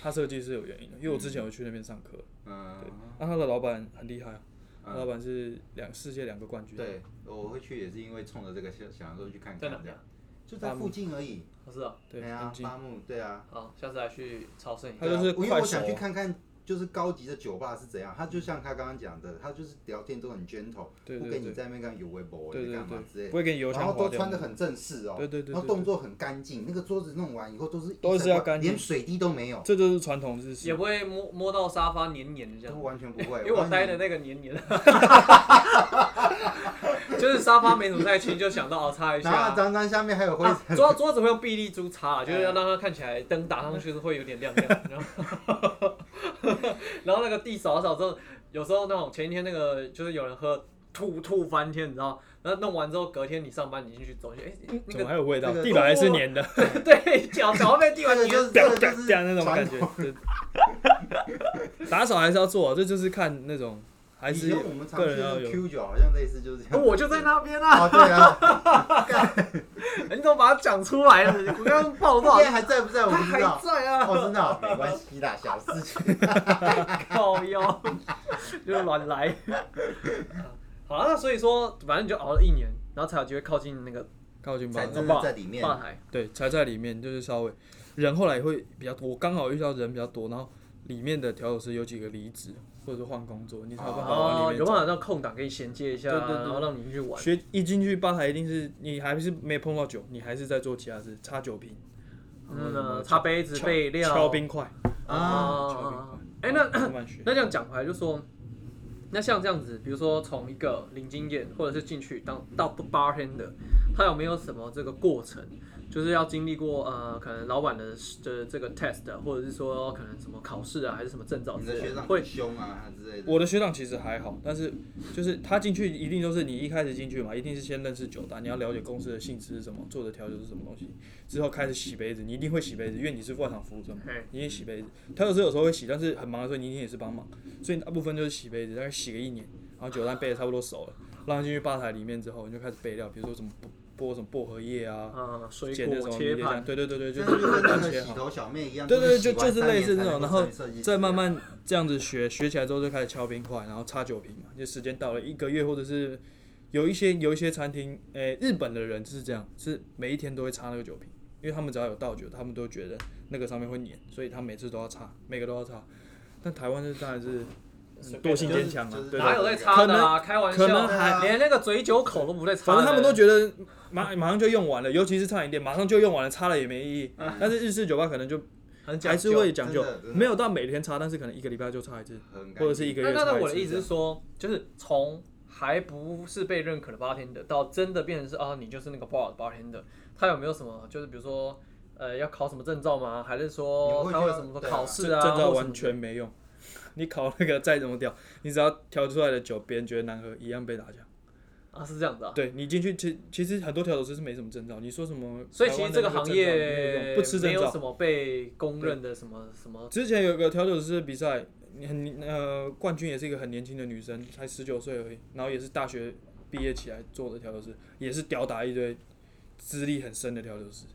[SPEAKER 3] 他设计是有原因的，因为我之前有去那边上课，对
[SPEAKER 1] 嗯，，
[SPEAKER 3] 那、他的老板很厉害啊，他
[SPEAKER 1] 嗯
[SPEAKER 3] 老板是两世界两个冠军，
[SPEAKER 1] 对，我会去也是因为冲着这个想想说去看
[SPEAKER 2] 在
[SPEAKER 1] 看
[SPEAKER 2] 哪啊
[SPEAKER 1] 这样，就在附近而已。
[SPEAKER 2] 我知道，
[SPEAKER 3] 对，
[SPEAKER 1] 哎呀
[SPEAKER 3] 很，近
[SPEAKER 1] 八木，对啊，
[SPEAKER 2] 好，下次来去朝圣一下
[SPEAKER 3] 他。就
[SPEAKER 1] 对
[SPEAKER 3] 是
[SPEAKER 1] 啊因为我
[SPEAKER 3] 快手嗯
[SPEAKER 1] 想去看看，就是高级的酒吧是怎样。他就像他刚刚讲的，他就是聊天都很 gentle，
[SPEAKER 3] 对
[SPEAKER 1] 不跟
[SPEAKER 3] 对对
[SPEAKER 1] 你在那边干有微博
[SPEAKER 3] 对对
[SPEAKER 1] 干嘛之类
[SPEAKER 3] 对，
[SPEAKER 1] 的
[SPEAKER 3] 不会给你油
[SPEAKER 1] 然
[SPEAKER 3] 腔
[SPEAKER 1] 后
[SPEAKER 3] 滑
[SPEAKER 1] 都
[SPEAKER 3] 调
[SPEAKER 1] 穿的。很正式哦，
[SPEAKER 3] 对对对对
[SPEAKER 1] 然后动作很干净，那个桌子弄完以后都是
[SPEAKER 3] 都是要干净
[SPEAKER 1] 连水滴都没有，
[SPEAKER 3] 这就是传统日式
[SPEAKER 2] 也，不会摸摸到沙发黏黏的这
[SPEAKER 1] 都
[SPEAKER 2] 样，
[SPEAKER 1] 完全不会。
[SPEAKER 2] 因为我
[SPEAKER 1] 完全
[SPEAKER 2] 待的那个黏 黏的，就是沙发没怎么在清，就想到哦擦一下。
[SPEAKER 1] 然后脏脏下面还有灰
[SPEAKER 2] 啊
[SPEAKER 1] 尘，
[SPEAKER 2] 桌桌子会用臂力珠擦啦，就是
[SPEAKER 1] 哎
[SPEAKER 2] 要让它看起来灯打上去是会有点亮亮的。然后， 然后那个地扫扫之后，有时候那种前一天那个就是有人喝吐吐翻天，你知道？然后弄完之后，隔天你上班你进去走进去，哎，那
[SPEAKER 3] 怎么
[SPEAKER 2] 个
[SPEAKER 3] 还有味道
[SPEAKER 1] 那？个
[SPEAKER 3] 地板还是黏的，
[SPEAKER 2] 对脚脚被地
[SPEAKER 1] 这
[SPEAKER 2] 板
[SPEAKER 1] 个
[SPEAKER 2] 黏
[SPEAKER 1] 就是
[SPEAKER 3] 掉
[SPEAKER 1] 这个
[SPEAKER 3] 掉
[SPEAKER 1] 就是
[SPEAKER 3] 掉那种感
[SPEAKER 1] 传
[SPEAKER 3] 觉
[SPEAKER 1] 统。。
[SPEAKER 3] 对打扫还是要做，这就是看那种还
[SPEAKER 1] 以
[SPEAKER 3] 是
[SPEAKER 1] 前我们常
[SPEAKER 3] 个
[SPEAKER 1] 去
[SPEAKER 3] 人要
[SPEAKER 1] 的
[SPEAKER 3] 有。
[SPEAKER 1] Q 九好像类似就是这样。
[SPEAKER 2] 我就在那边啊！
[SPEAKER 1] 啊，对 啊，
[SPEAKER 2] 你怎么把它讲出来了？我刚刚爆多少
[SPEAKER 1] 现在还在不在？我
[SPEAKER 2] 他
[SPEAKER 1] 不知道
[SPEAKER 2] 还。在
[SPEAKER 1] 哦，真
[SPEAKER 2] 啊，
[SPEAKER 1] 的哦没关系啦，小事情。
[SPEAKER 2] 靠腰， 就是乱来。啊好了，那所以说，反正你就熬了一年，然后才有机会靠近那个
[SPEAKER 3] 靠近吧
[SPEAKER 1] 才
[SPEAKER 3] 台，
[SPEAKER 1] 真的在里面
[SPEAKER 2] 吧台。
[SPEAKER 3] 对，才在里面就是稍微人后来也会比较多，我刚好遇到人比较多，然后里面的调酒师有几个离职或者是换工作，你才有办法往
[SPEAKER 2] 哦，
[SPEAKER 3] 里面
[SPEAKER 2] 有
[SPEAKER 3] 走。
[SPEAKER 2] 办法让空档可以衔接一下，
[SPEAKER 3] 对对对
[SPEAKER 2] 然后让你去玩。
[SPEAKER 3] 学一进去吧台一定是你还是没碰到酒，你还是在做其他事，擦酒瓶，
[SPEAKER 2] 嗯，呃擦杯子、
[SPEAKER 3] 敲
[SPEAKER 2] 备料、
[SPEAKER 3] 敲冰块
[SPEAKER 1] 啊，
[SPEAKER 2] 啊
[SPEAKER 3] 敲冰块。
[SPEAKER 2] 哎，那
[SPEAKER 3] 慢慢学。
[SPEAKER 2] 那这样讲回来，就说，那像这样子，比如说从一个零经验，或者是进去当到 bartender，他有没有什么这个过程？就是要经历过呃，可能老板的的这个 test，或者是说可能什么考试啊，还是什么证照
[SPEAKER 1] 你
[SPEAKER 2] 之
[SPEAKER 1] 的
[SPEAKER 2] 类
[SPEAKER 1] 学
[SPEAKER 2] 的，
[SPEAKER 1] 长
[SPEAKER 2] 会
[SPEAKER 1] 很凶啊之类的。
[SPEAKER 3] 我的学长其实还好，但是就是他进去一定都是你一开始进去嘛，一定是先认识酒单，你要了解公司的性质是什么，做的调酒是什么东西，之后开始洗杯子，你一定会洗杯子，因为你是外场服务生嘛
[SPEAKER 2] 嘿，
[SPEAKER 3] 你也洗杯子。调酒师有时候会哦洗，但是很忙的时候你一定也是帮忙，所以大部分就是洗杯子，大概洗个一年，然后酒单备的差不多熟了，让他进去吧台里面之后，你就开始备料，比如说什么剥剥什么薄荷叶啊，
[SPEAKER 2] 呃，水
[SPEAKER 3] 剪那
[SPEAKER 2] 果
[SPEAKER 3] 什么迷
[SPEAKER 2] 切
[SPEAKER 3] 迭香
[SPEAKER 2] 盘，
[SPEAKER 3] 对对对对，
[SPEAKER 1] 就是是跟那
[SPEAKER 3] 慢慢
[SPEAKER 1] 个
[SPEAKER 3] 切好
[SPEAKER 1] 洗。头小妹一样，
[SPEAKER 3] 对对对，
[SPEAKER 1] 洗
[SPEAKER 3] 就
[SPEAKER 1] 完
[SPEAKER 3] 就是类似
[SPEAKER 1] 三
[SPEAKER 3] 那
[SPEAKER 1] 年才
[SPEAKER 3] 种，
[SPEAKER 1] 能
[SPEAKER 3] 然
[SPEAKER 1] 够
[SPEAKER 3] 后
[SPEAKER 1] 成为设计师啊
[SPEAKER 3] 再慢慢这样子学，学起来之后就开始敲冰块，然后擦酒瓶嘛，就时间到了一个月或者是有一些有一些餐厅，诶、日本的人是这样，是每一天都会擦那个酒瓶，因为他们只要有倒酒，他们都觉得那个上面会粘，所以他每次都要擦，每个都要擦。但台湾是当然是
[SPEAKER 2] 随便啊
[SPEAKER 3] 惰性
[SPEAKER 2] 的
[SPEAKER 3] 坚强嘛，啊
[SPEAKER 1] 就是
[SPEAKER 3] 对
[SPEAKER 2] 哪
[SPEAKER 3] 对
[SPEAKER 2] 有在
[SPEAKER 3] 对。
[SPEAKER 2] 擦的啊？开玩
[SPEAKER 3] 可
[SPEAKER 2] 笑
[SPEAKER 3] 能
[SPEAKER 1] 还，
[SPEAKER 2] 连那个嘴酒口都不在擦的。
[SPEAKER 3] 反正他们都觉得马马上就用完了，尤其是餐饮店，马上就用完了，擦了也没意义。但是日式酒吧可能就
[SPEAKER 2] 很讲
[SPEAKER 3] 还是
[SPEAKER 2] 究。
[SPEAKER 3] 会讲究
[SPEAKER 1] 真的真，的
[SPEAKER 3] 没有到每天擦，但是可能一个礼拜就擦一次。
[SPEAKER 1] 很干净
[SPEAKER 3] 或者是一个
[SPEAKER 2] 那
[SPEAKER 3] 月
[SPEAKER 2] 那
[SPEAKER 3] 才
[SPEAKER 2] 那
[SPEAKER 3] 会
[SPEAKER 2] 我的
[SPEAKER 3] 吃
[SPEAKER 2] 意思
[SPEAKER 3] 这
[SPEAKER 2] 是
[SPEAKER 3] 样
[SPEAKER 2] 说，就是从还不是被认可的 bartender 到真的变成是啊，你就是那个 bar 的 bartender，他有没有什么就是比如说呃要考什么证照吗？还是说
[SPEAKER 1] 你会
[SPEAKER 2] 他
[SPEAKER 1] 需
[SPEAKER 2] 会
[SPEAKER 1] 要
[SPEAKER 2] 什么
[SPEAKER 1] 对啊
[SPEAKER 2] 考
[SPEAKER 3] 这
[SPEAKER 2] 试啊？
[SPEAKER 3] 证照
[SPEAKER 2] 或什么
[SPEAKER 3] 完全没用， 你考那个再怎么屌，你只要调出来的酒别人觉得难喝，一样被打架。
[SPEAKER 2] 啊是这样子啊。
[SPEAKER 3] 对你进去，其其实很多调酒师是没什么证照，你说什么？
[SPEAKER 2] 所以其实这
[SPEAKER 3] 个
[SPEAKER 2] 行
[SPEAKER 3] 证照没有
[SPEAKER 2] 业
[SPEAKER 3] 用不吃
[SPEAKER 2] 没
[SPEAKER 3] 证
[SPEAKER 2] 有什
[SPEAKER 3] 照。
[SPEAKER 2] 么被公认的什么什么
[SPEAKER 3] 之前有个调酒师比赛，你很呃冠军也是一个很年轻的女生，才十九岁而已，然后也是大学毕业起来做的调酒师，也是吊打一堆资历很深的调酒师。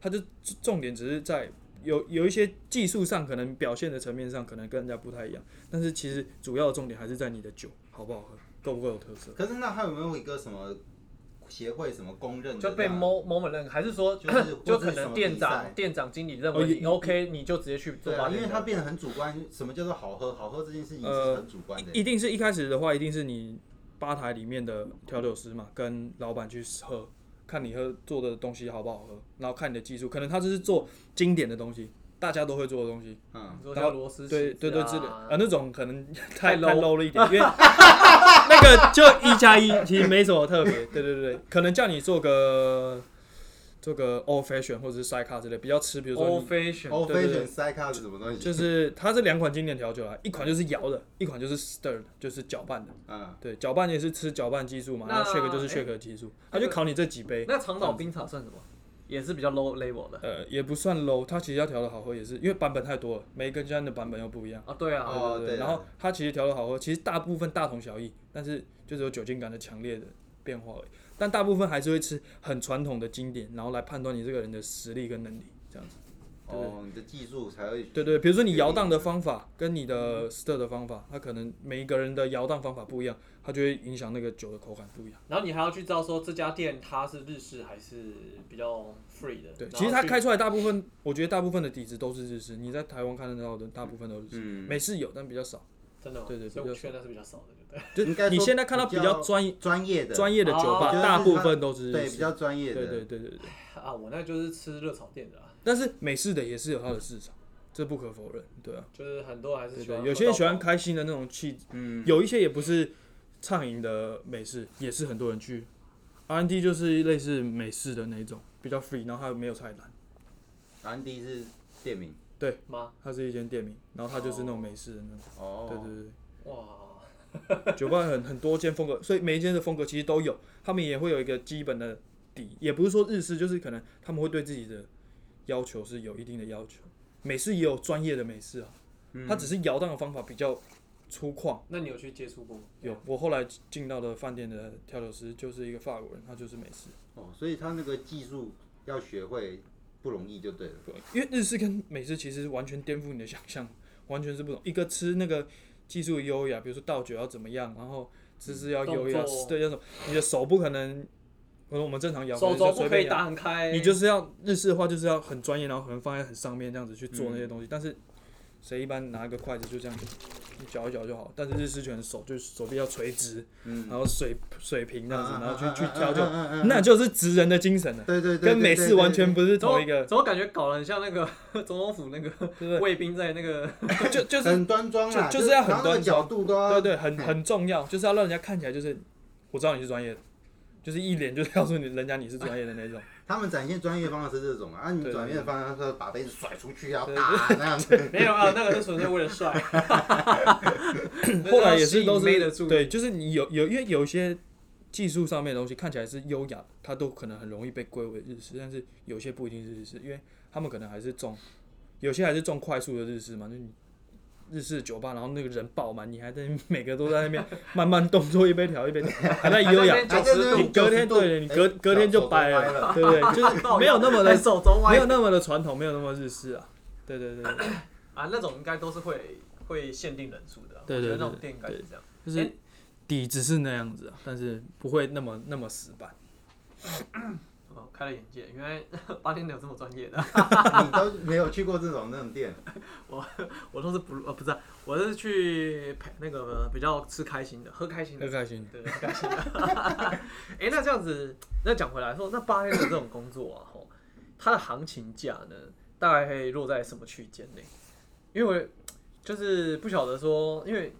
[SPEAKER 3] 他就重点只是在有有一些技术上可能表现的层面上可能跟人家不太一样，但是其实主要的重点还是在你的酒好不好喝，够不够有特色。
[SPEAKER 1] 可是那还有没有一个什么协会什么公认的
[SPEAKER 2] 就被
[SPEAKER 1] 这样
[SPEAKER 2] 某某某认可，还是说
[SPEAKER 1] 就是
[SPEAKER 2] 就
[SPEAKER 1] 或是
[SPEAKER 2] 可
[SPEAKER 1] 什么比
[SPEAKER 2] 能店
[SPEAKER 1] 赛
[SPEAKER 2] 长、店长、经理认
[SPEAKER 3] 哦
[SPEAKER 2] 为
[SPEAKER 3] 也
[SPEAKER 2] 你 OK，你就直接去做
[SPEAKER 1] 对
[SPEAKER 2] 花
[SPEAKER 1] 啊，因
[SPEAKER 2] 店
[SPEAKER 1] 为
[SPEAKER 2] 的。
[SPEAKER 1] 它变得很主观，什么叫做好喝？好喝这件事情是
[SPEAKER 3] 呃
[SPEAKER 1] 很主观的。
[SPEAKER 3] 一定是一开始的话，一定是你吧台里面的调酒师嘛，跟老板去喝，看你喝做的东西好不好喝，然后看你的技术，可能他就是做经典的东西，大家都会做的东西。
[SPEAKER 1] 嗯，
[SPEAKER 2] 你说
[SPEAKER 3] 然
[SPEAKER 2] 像
[SPEAKER 3] 后
[SPEAKER 2] 螺丝
[SPEAKER 3] 对
[SPEAKER 2] 起子
[SPEAKER 3] 对对，
[SPEAKER 2] 啊
[SPEAKER 3] 之类啊，那种 可能
[SPEAKER 2] 太
[SPEAKER 3] 太
[SPEAKER 2] low
[SPEAKER 3] 太 low 了一 点，因为 那个就一加一，其实没什么特别。对对对，可能叫你做个做个 old fashion 或者是 side cut 之类，比较吃，比如说
[SPEAKER 2] old
[SPEAKER 3] 你
[SPEAKER 2] fashion，
[SPEAKER 1] 哦，
[SPEAKER 3] 对
[SPEAKER 1] 飞
[SPEAKER 3] 对
[SPEAKER 1] 选
[SPEAKER 3] 对
[SPEAKER 1] 塞卡是什么东西？
[SPEAKER 3] 就是它这两款经典调酒啊，一款就是摇的，一款就是 stir 的，就是搅拌的。
[SPEAKER 1] 嗯，
[SPEAKER 3] 对，搅拌也是吃搅拌技术嘛，
[SPEAKER 2] 那
[SPEAKER 3] 然后 shake 就是
[SPEAKER 2] 哎
[SPEAKER 3] shake 技术，他就考你这几杯。
[SPEAKER 2] 那长岛冰茶算什么？也是比较 low level 的
[SPEAKER 3] 呃，也不算 low，它其实要调的好喝也是，因为版本太多了，每一个家的版本又不一样。
[SPEAKER 2] 啊，对啊，
[SPEAKER 1] 哦
[SPEAKER 3] 对
[SPEAKER 1] 对啊
[SPEAKER 3] 然后它其实调的好喝，其实大部分大同小异，但是就只有酒精感的强烈的变化而已。但大部分还是会吃很传统的经典，然后来判断你这个人的实力跟能力这样子。
[SPEAKER 1] 哦，你的技术才会
[SPEAKER 3] 对对，比嗯如说你摇荡的方法跟你的 stir 的方法，它可能每一个人的摇荡方法不一样，它就会影响那个酒的口感不一样。
[SPEAKER 2] 然后你还要去知道说这家店它是日式还是比较 free 的。
[SPEAKER 3] 对，
[SPEAKER 2] 然后
[SPEAKER 3] 其实它
[SPEAKER 2] 去
[SPEAKER 3] 开出来大部分，我觉得大部分的底子都是日式，你在台湾看得到的大部分都是日式，
[SPEAKER 1] 嗯
[SPEAKER 3] 美式有但比较少。
[SPEAKER 2] 真的吗，
[SPEAKER 3] 对对
[SPEAKER 2] 所以
[SPEAKER 3] 比
[SPEAKER 2] 我
[SPEAKER 3] 较
[SPEAKER 2] 去的那是比较少的，对不对？
[SPEAKER 3] 就
[SPEAKER 1] 应该
[SPEAKER 3] 你
[SPEAKER 1] 说
[SPEAKER 3] 现在看到
[SPEAKER 1] 比
[SPEAKER 3] 比
[SPEAKER 1] 较
[SPEAKER 3] 较专
[SPEAKER 1] 专业的，
[SPEAKER 3] 专业的酒
[SPEAKER 2] 哦
[SPEAKER 3] 吧，
[SPEAKER 1] 就是
[SPEAKER 3] 大部
[SPEAKER 1] 它
[SPEAKER 3] 分都是
[SPEAKER 1] 对
[SPEAKER 3] 日
[SPEAKER 1] 比
[SPEAKER 3] 式。
[SPEAKER 1] 较专业
[SPEAKER 3] 对
[SPEAKER 1] 的，
[SPEAKER 3] 对对对对。
[SPEAKER 2] 啊，我那就是吃热炒店的啊，
[SPEAKER 3] 但是美式的也是有它的市场，这不可否认，对啊，
[SPEAKER 2] 就是很多还是
[SPEAKER 3] 对
[SPEAKER 2] 喜欢
[SPEAKER 3] 对，
[SPEAKER 2] 喝
[SPEAKER 3] 有些人喜欢
[SPEAKER 2] 到饱
[SPEAKER 3] 开心的那种气质，
[SPEAKER 1] 嗯，
[SPEAKER 3] 有一些也不是畅饮的美式，也是很多人去。R N D 就是类似美式的那一种，比较 free，然后它没有菜单，
[SPEAKER 1] 安迪是店名
[SPEAKER 2] 吗？
[SPEAKER 3] 它是一间店名，然后它就是那种美式的那种，
[SPEAKER 1] 哦，
[SPEAKER 3] 对对对。
[SPEAKER 2] 哇，
[SPEAKER 3] 酒吧很很多间风格，所以每一间的风格其实都有，他们也会有一个基本的底，也不是说日式，就是可能他们会对自己的要求是有一定的要求。美式也有专业的美式啊，它只是摇荡的方法比较粗犷。
[SPEAKER 2] 那你有去接触过？
[SPEAKER 3] 有，我后来进到的饭店的调酒师就是一个法国人，他就是美式，
[SPEAKER 1] 哦，所以他那个技术要学会不容易就对了，
[SPEAKER 3] 因为日式跟美式其实完全颠覆你的想象，完全是不同。一个吃那个技术优雅，比如说倒酒要怎么样，然后姿势要优雅
[SPEAKER 2] 动作，
[SPEAKER 3] 对，要什么，你的手不可能，可能我们正常摇，
[SPEAKER 2] 手
[SPEAKER 3] 就
[SPEAKER 2] 肘
[SPEAKER 3] 随
[SPEAKER 2] 不可
[SPEAKER 3] 便
[SPEAKER 2] 以
[SPEAKER 3] 摇
[SPEAKER 2] 打很开，
[SPEAKER 3] 你就是要日式的话，就是要很专业，然后可能放在很上面这样子去做那些东西。但是谁一般拿一个筷子就这样，你搅一搅就好。但是日式拳手就是手臂要垂直，
[SPEAKER 1] 嗯，
[SPEAKER 3] 然后水水平这样子，
[SPEAKER 1] 嗯
[SPEAKER 3] 然后去去
[SPEAKER 1] 嗯
[SPEAKER 3] 调
[SPEAKER 1] 嗯
[SPEAKER 3] 酒，
[SPEAKER 1] 嗯嗯嗯
[SPEAKER 3] 那就是职人的精神了，
[SPEAKER 1] 对对对对，哦
[SPEAKER 3] 跟美式完全
[SPEAKER 1] 不
[SPEAKER 3] 不是
[SPEAKER 2] 怎么
[SPEAKER 3] 同一个，
[SPEAKER 2] 怎么感觉搞得很像那个 总统府那
[SPEAKER 3] 对
[SPEAKER 2] 个
[SPEAKER 3] 对
[SPEAKER 2] 卫兵在那个
[SPEAKER 3] 就就是
[SPEAKER 1] 很端庄啊，
[SPEAKER 3] 就就是是要
[SPEAKER 1] 然后
[SPEAKER 3] 很端
[SPEAKER 1] 那个角度都要
[SPEAKER 3] 对
[SPEAKER 2] 嗯
[SPEAKER 3] 对，很很重要，就是要让人家看起来就是我知道你是专业的，就是一脸就是告诉你人家你是专业 的那种。
[SPEAKER 1] 他们展现专业方式是这种啊，啊你
[SPEAKER 3] 对对
[SPEAKER 1] 转变的方向是把杯子甩出去啊，
[SPEAKER 3] 对
[SPEAKER 1] 啪那 样子。
[SPEAKER 2] 没有啊，那个是纯粹为了帅。
[SPEAKER 3] 后来也是
[SPEAKER 2] 那要
[SPEAKER 3] 都
[SPEAKER 2] 吸引妹的
[SPEAKER 3] 是
[SPEAKER 2] 注意
[SPEAKER 3] 对，就是你有有因为有一些技术上面的东西看起来是优雅的，它都可能很容易被归为日式，但是有些不一定是日式，因为他们可能还是重，有些还是重快速的日式嘛，就你日式酒吧，然后那个人爆满，你还在那边每个都在那边慢慢动作一杯调一杯，还在优雅
[SPEAKER 2] 还在那
[SPEAKER 1] 还
[SPEAKER 2] 边。
[SPEAKER 1] 在那边
[SPEAKER 3] 你隔天
[SPEAKER 1] 90度
[SPEAKER 3] 对，你
[SPEAKER 1] 哎
[SPEAKER 3] 隔隔天就
[SPEAKER 1] 手
[SPEAKER 3] 掰
[SPEAKER 1] 掰
[SPEAKER 3] 了，对不对？就是没有那么
[SPEAKER 2] 还
[SPEAKER 3] 的
[SPEAKER 2] 手肘
[SPEAKER 3] 没
[SPEAKER 2] 哎歪
[SPEAKER 3] 有那么的传统，没有那么日式啊。对对对，对
[SPEAKER 2] 啊，那种应该都是会会限定人数的啊。
[SPEAKER 3] 对对
[SPEAKER 2] 我觉得
[SPEAKER 3] 对
[SPEAKER 2] 那种店应该是这样。
[SPEAKER 3] 就是
[SPEAKER 2] 哎
[SPEAKER 3] 底子是那样子啊，但是不会那么那么死板。
[SPEAKER 2] 哦，开了眼界，原来 八天有这么专业的。啊
[SPEAKER 1] 你 都没有去过这种那种店，
[SPEAKER 2] 我都是不呃不是啊，我是去陪那个比较吃开心的，喝开心的
[SPEAKER 3] 很。开心。
[SPEAKER 2] 对，很开心的。哎、那这样子，那讲回来说，那八天的这种工作啊，吼，它的行情价呢，大概会落在什么区间内？因为就是不晓得说，因为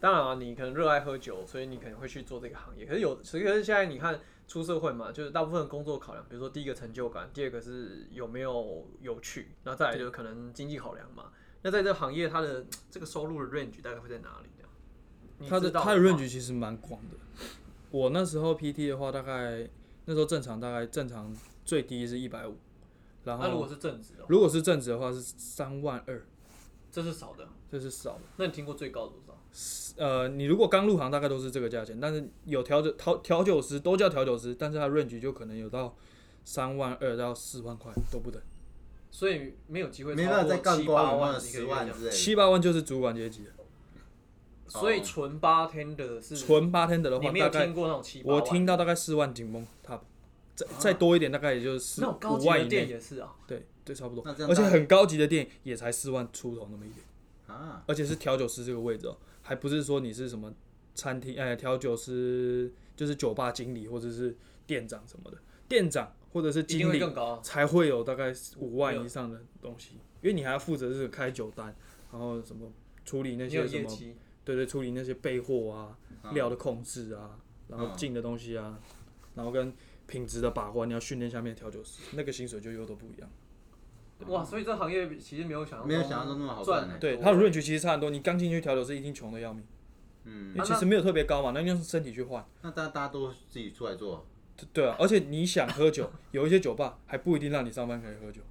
[SPEAKER 2] 当然啊，你可能热爱喝酒，所以你可能会去做这个行业。可是有，可是现在你看出社会嘛，就是大部分工作考量，比如说第一个成就感，第二个是有没有有趣，然后再来就是可能经济考量嘛。那在这个行业，它的这个收入的 range 大概会在哪里呢？你
[SPEAKER 3] 他的
[SPEAKER 2] 知道
[SPEAKER 3] 他的
[SPEAKER 2] 话
[SPEAKER 3] range 其实蛮广的。我那时候 PT 的话，大概那时候正常大概正常最低是一百五，然
[SPEAKER 2] 啊那如
[SPEAKER 3] 后
[SPEAKER 2] 果是正职的话，
[SPEAKER 3] 如果是正职的话是三万二，
[SPEAKER 2] 这是少的。
[SPEAKER 3] 这是少的。
[SPEAKER 2] 那你听过最高多少？
[SPEAKER 3] 呃，你如果刚入行大概都是这个价钱，但是有调酒调调酒师都叫调酒师，但是他 range 就可能有到三万二到四万块都不等。
[SPEAKER 2] 所以没有机会
[SPEAKER 1] 没
[SPEAKER 2] 超
[SPEAKER 1] 办法
[SPEAKER 2] 过
[SPEAKER 1] 再干
[SPEAKER 2] 七
[SPEAKER 1] 光
[SPEAKER 2] 八
[SPEAKER 1] 有没
[SPEAKER 2] 万
[SPEAKER 1] 有
[SPEAKER 2] 一个
[SPEAKER 1] 十
[SPEAKER 2] 月
[SPEAKER 1] 万
[SPEAKER 2] 这样
[SPEAKER 1] 之类的。
[SPEAKER 3] 七八万就是主管阶级了，
[SPEAKER 2] 所以纯八天的是
[SPEAKER 3] 纯八天的的
[SPEAKER 2] 你
[SPEAKER 3] 话，
[SPEAKER 2] 没
[SPEAKER 3] 大
[SPEAKER 2] 有
[SPEAKER 3] 概
[SPEAKER 2] 听过那种七八万啊
[SPEAKER 3] 我听到大概四万紧绷 top，再再多一点大概也就是
[SPEAKER 2] 那种高
[SPEAKER 3] 五
[SPEAKER 2] 级的
[SPEAKER 3] 万以
[SPEAKER 2] 店
[SPEAKER 3] 内，
[SPEAKER 2] 也是啊，
[SPEAKER 3] 对对，差不多
[SPEAKER 1] 那这。样
[SPEAKER 3] 而且
[SPEAKER 1] 大概
[SPEAKER 3] 很高级的店也才四万出头那么一点。
[SPEAKER 1] 啊，
[SPEAKER 3] 而且是调酒师这个位置哦，还不是说你是什么餐厅，哎，调酒师就是酒吧经理或者是店长什么的，店长或者是
[SPEAKER 2] 一定
[SPEAKER 3] 经
[SPEAKER 2] 会
[SPEAKER 3] 理
[SPEAKER 2] 更高啊。
[SPEAKER 3] 才会有大概五万以上的东西，因为你还要负责是开酒单，然后什么处理那
[SPEAKER 2] 你有
[SPEAKER 3] 些什
[SPEAKER 2] 业
[SPEAKER 3] 么，
[SPEAKER 2] 绩，
[SPEAKER 3] 对对，处理那些备货啊、
[SPEAKER 1] 嗯
[SPEAKER 3] 料的控制啊，然后
[SPEAKER 1] 嗯
[SPEAKER 3] 进的东西啊，然后跟品质的把关，你要训练下面的调酒师，那个薪水就又都不一样。
[SPEAKER 2] 哇！所以这行业其实没有想象
[SPEAKER 1] 没有想象中那么好赚
[SPEAKER 2] 赚
[SPEAKER 1] 欸
[SPEAKER 3] 对，
[SPEAKER 2] 多
[SPEAKER 3] 他的润局其实差很多，你刚进去调酒师一定穷的要命。
[SPEAKER 1] 嗯
[SPEAKER 3] 因，为其实没有特别高嘛，那用身体去换。
[SPEAKER 1] 那大大家都自己出来做，
[SPEAKER 3] 对对啊，而且你想喝酒，有一些酒吧还不一定让你上班可以喝酒。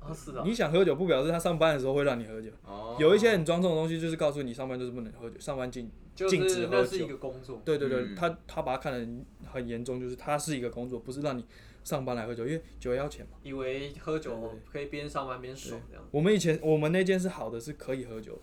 [SPEAKER 2] 啊，是的，
[SPEAKER 3] 你想喝酒，不表示他上班的时候会让你喝酒。
[SPEAKER 1] 哦，
[SPEAKER 3] 有一些很庄重的东西，就是告诉你上班就是不能喝酒，上班禁
[SPEAKER 2] 就
[SPEAKER 3] 禁
[SPEAKER 2] 是
[SPEAKER 3] 止喝
[SPEAKER 2] 那是一
[SPEAKER 3] 酒。
[SPEAKER 2] 个工作，
[SPEAKER 3] 对对对，
[SPEAKER 1] 嗯
[SPEAKER 3] 他他把它看得很很严重，就是他是一个工作，不是让你上班来喝酒，因为酒要钱嘛。
[SPEAKER 2] 以为喝
[SPEAKER 3] 对
[SPEAKER 2] 酒可以边上班边爽这样。
[SPEAKER 3] 我们以前我们那间是好的，是可以喝酒，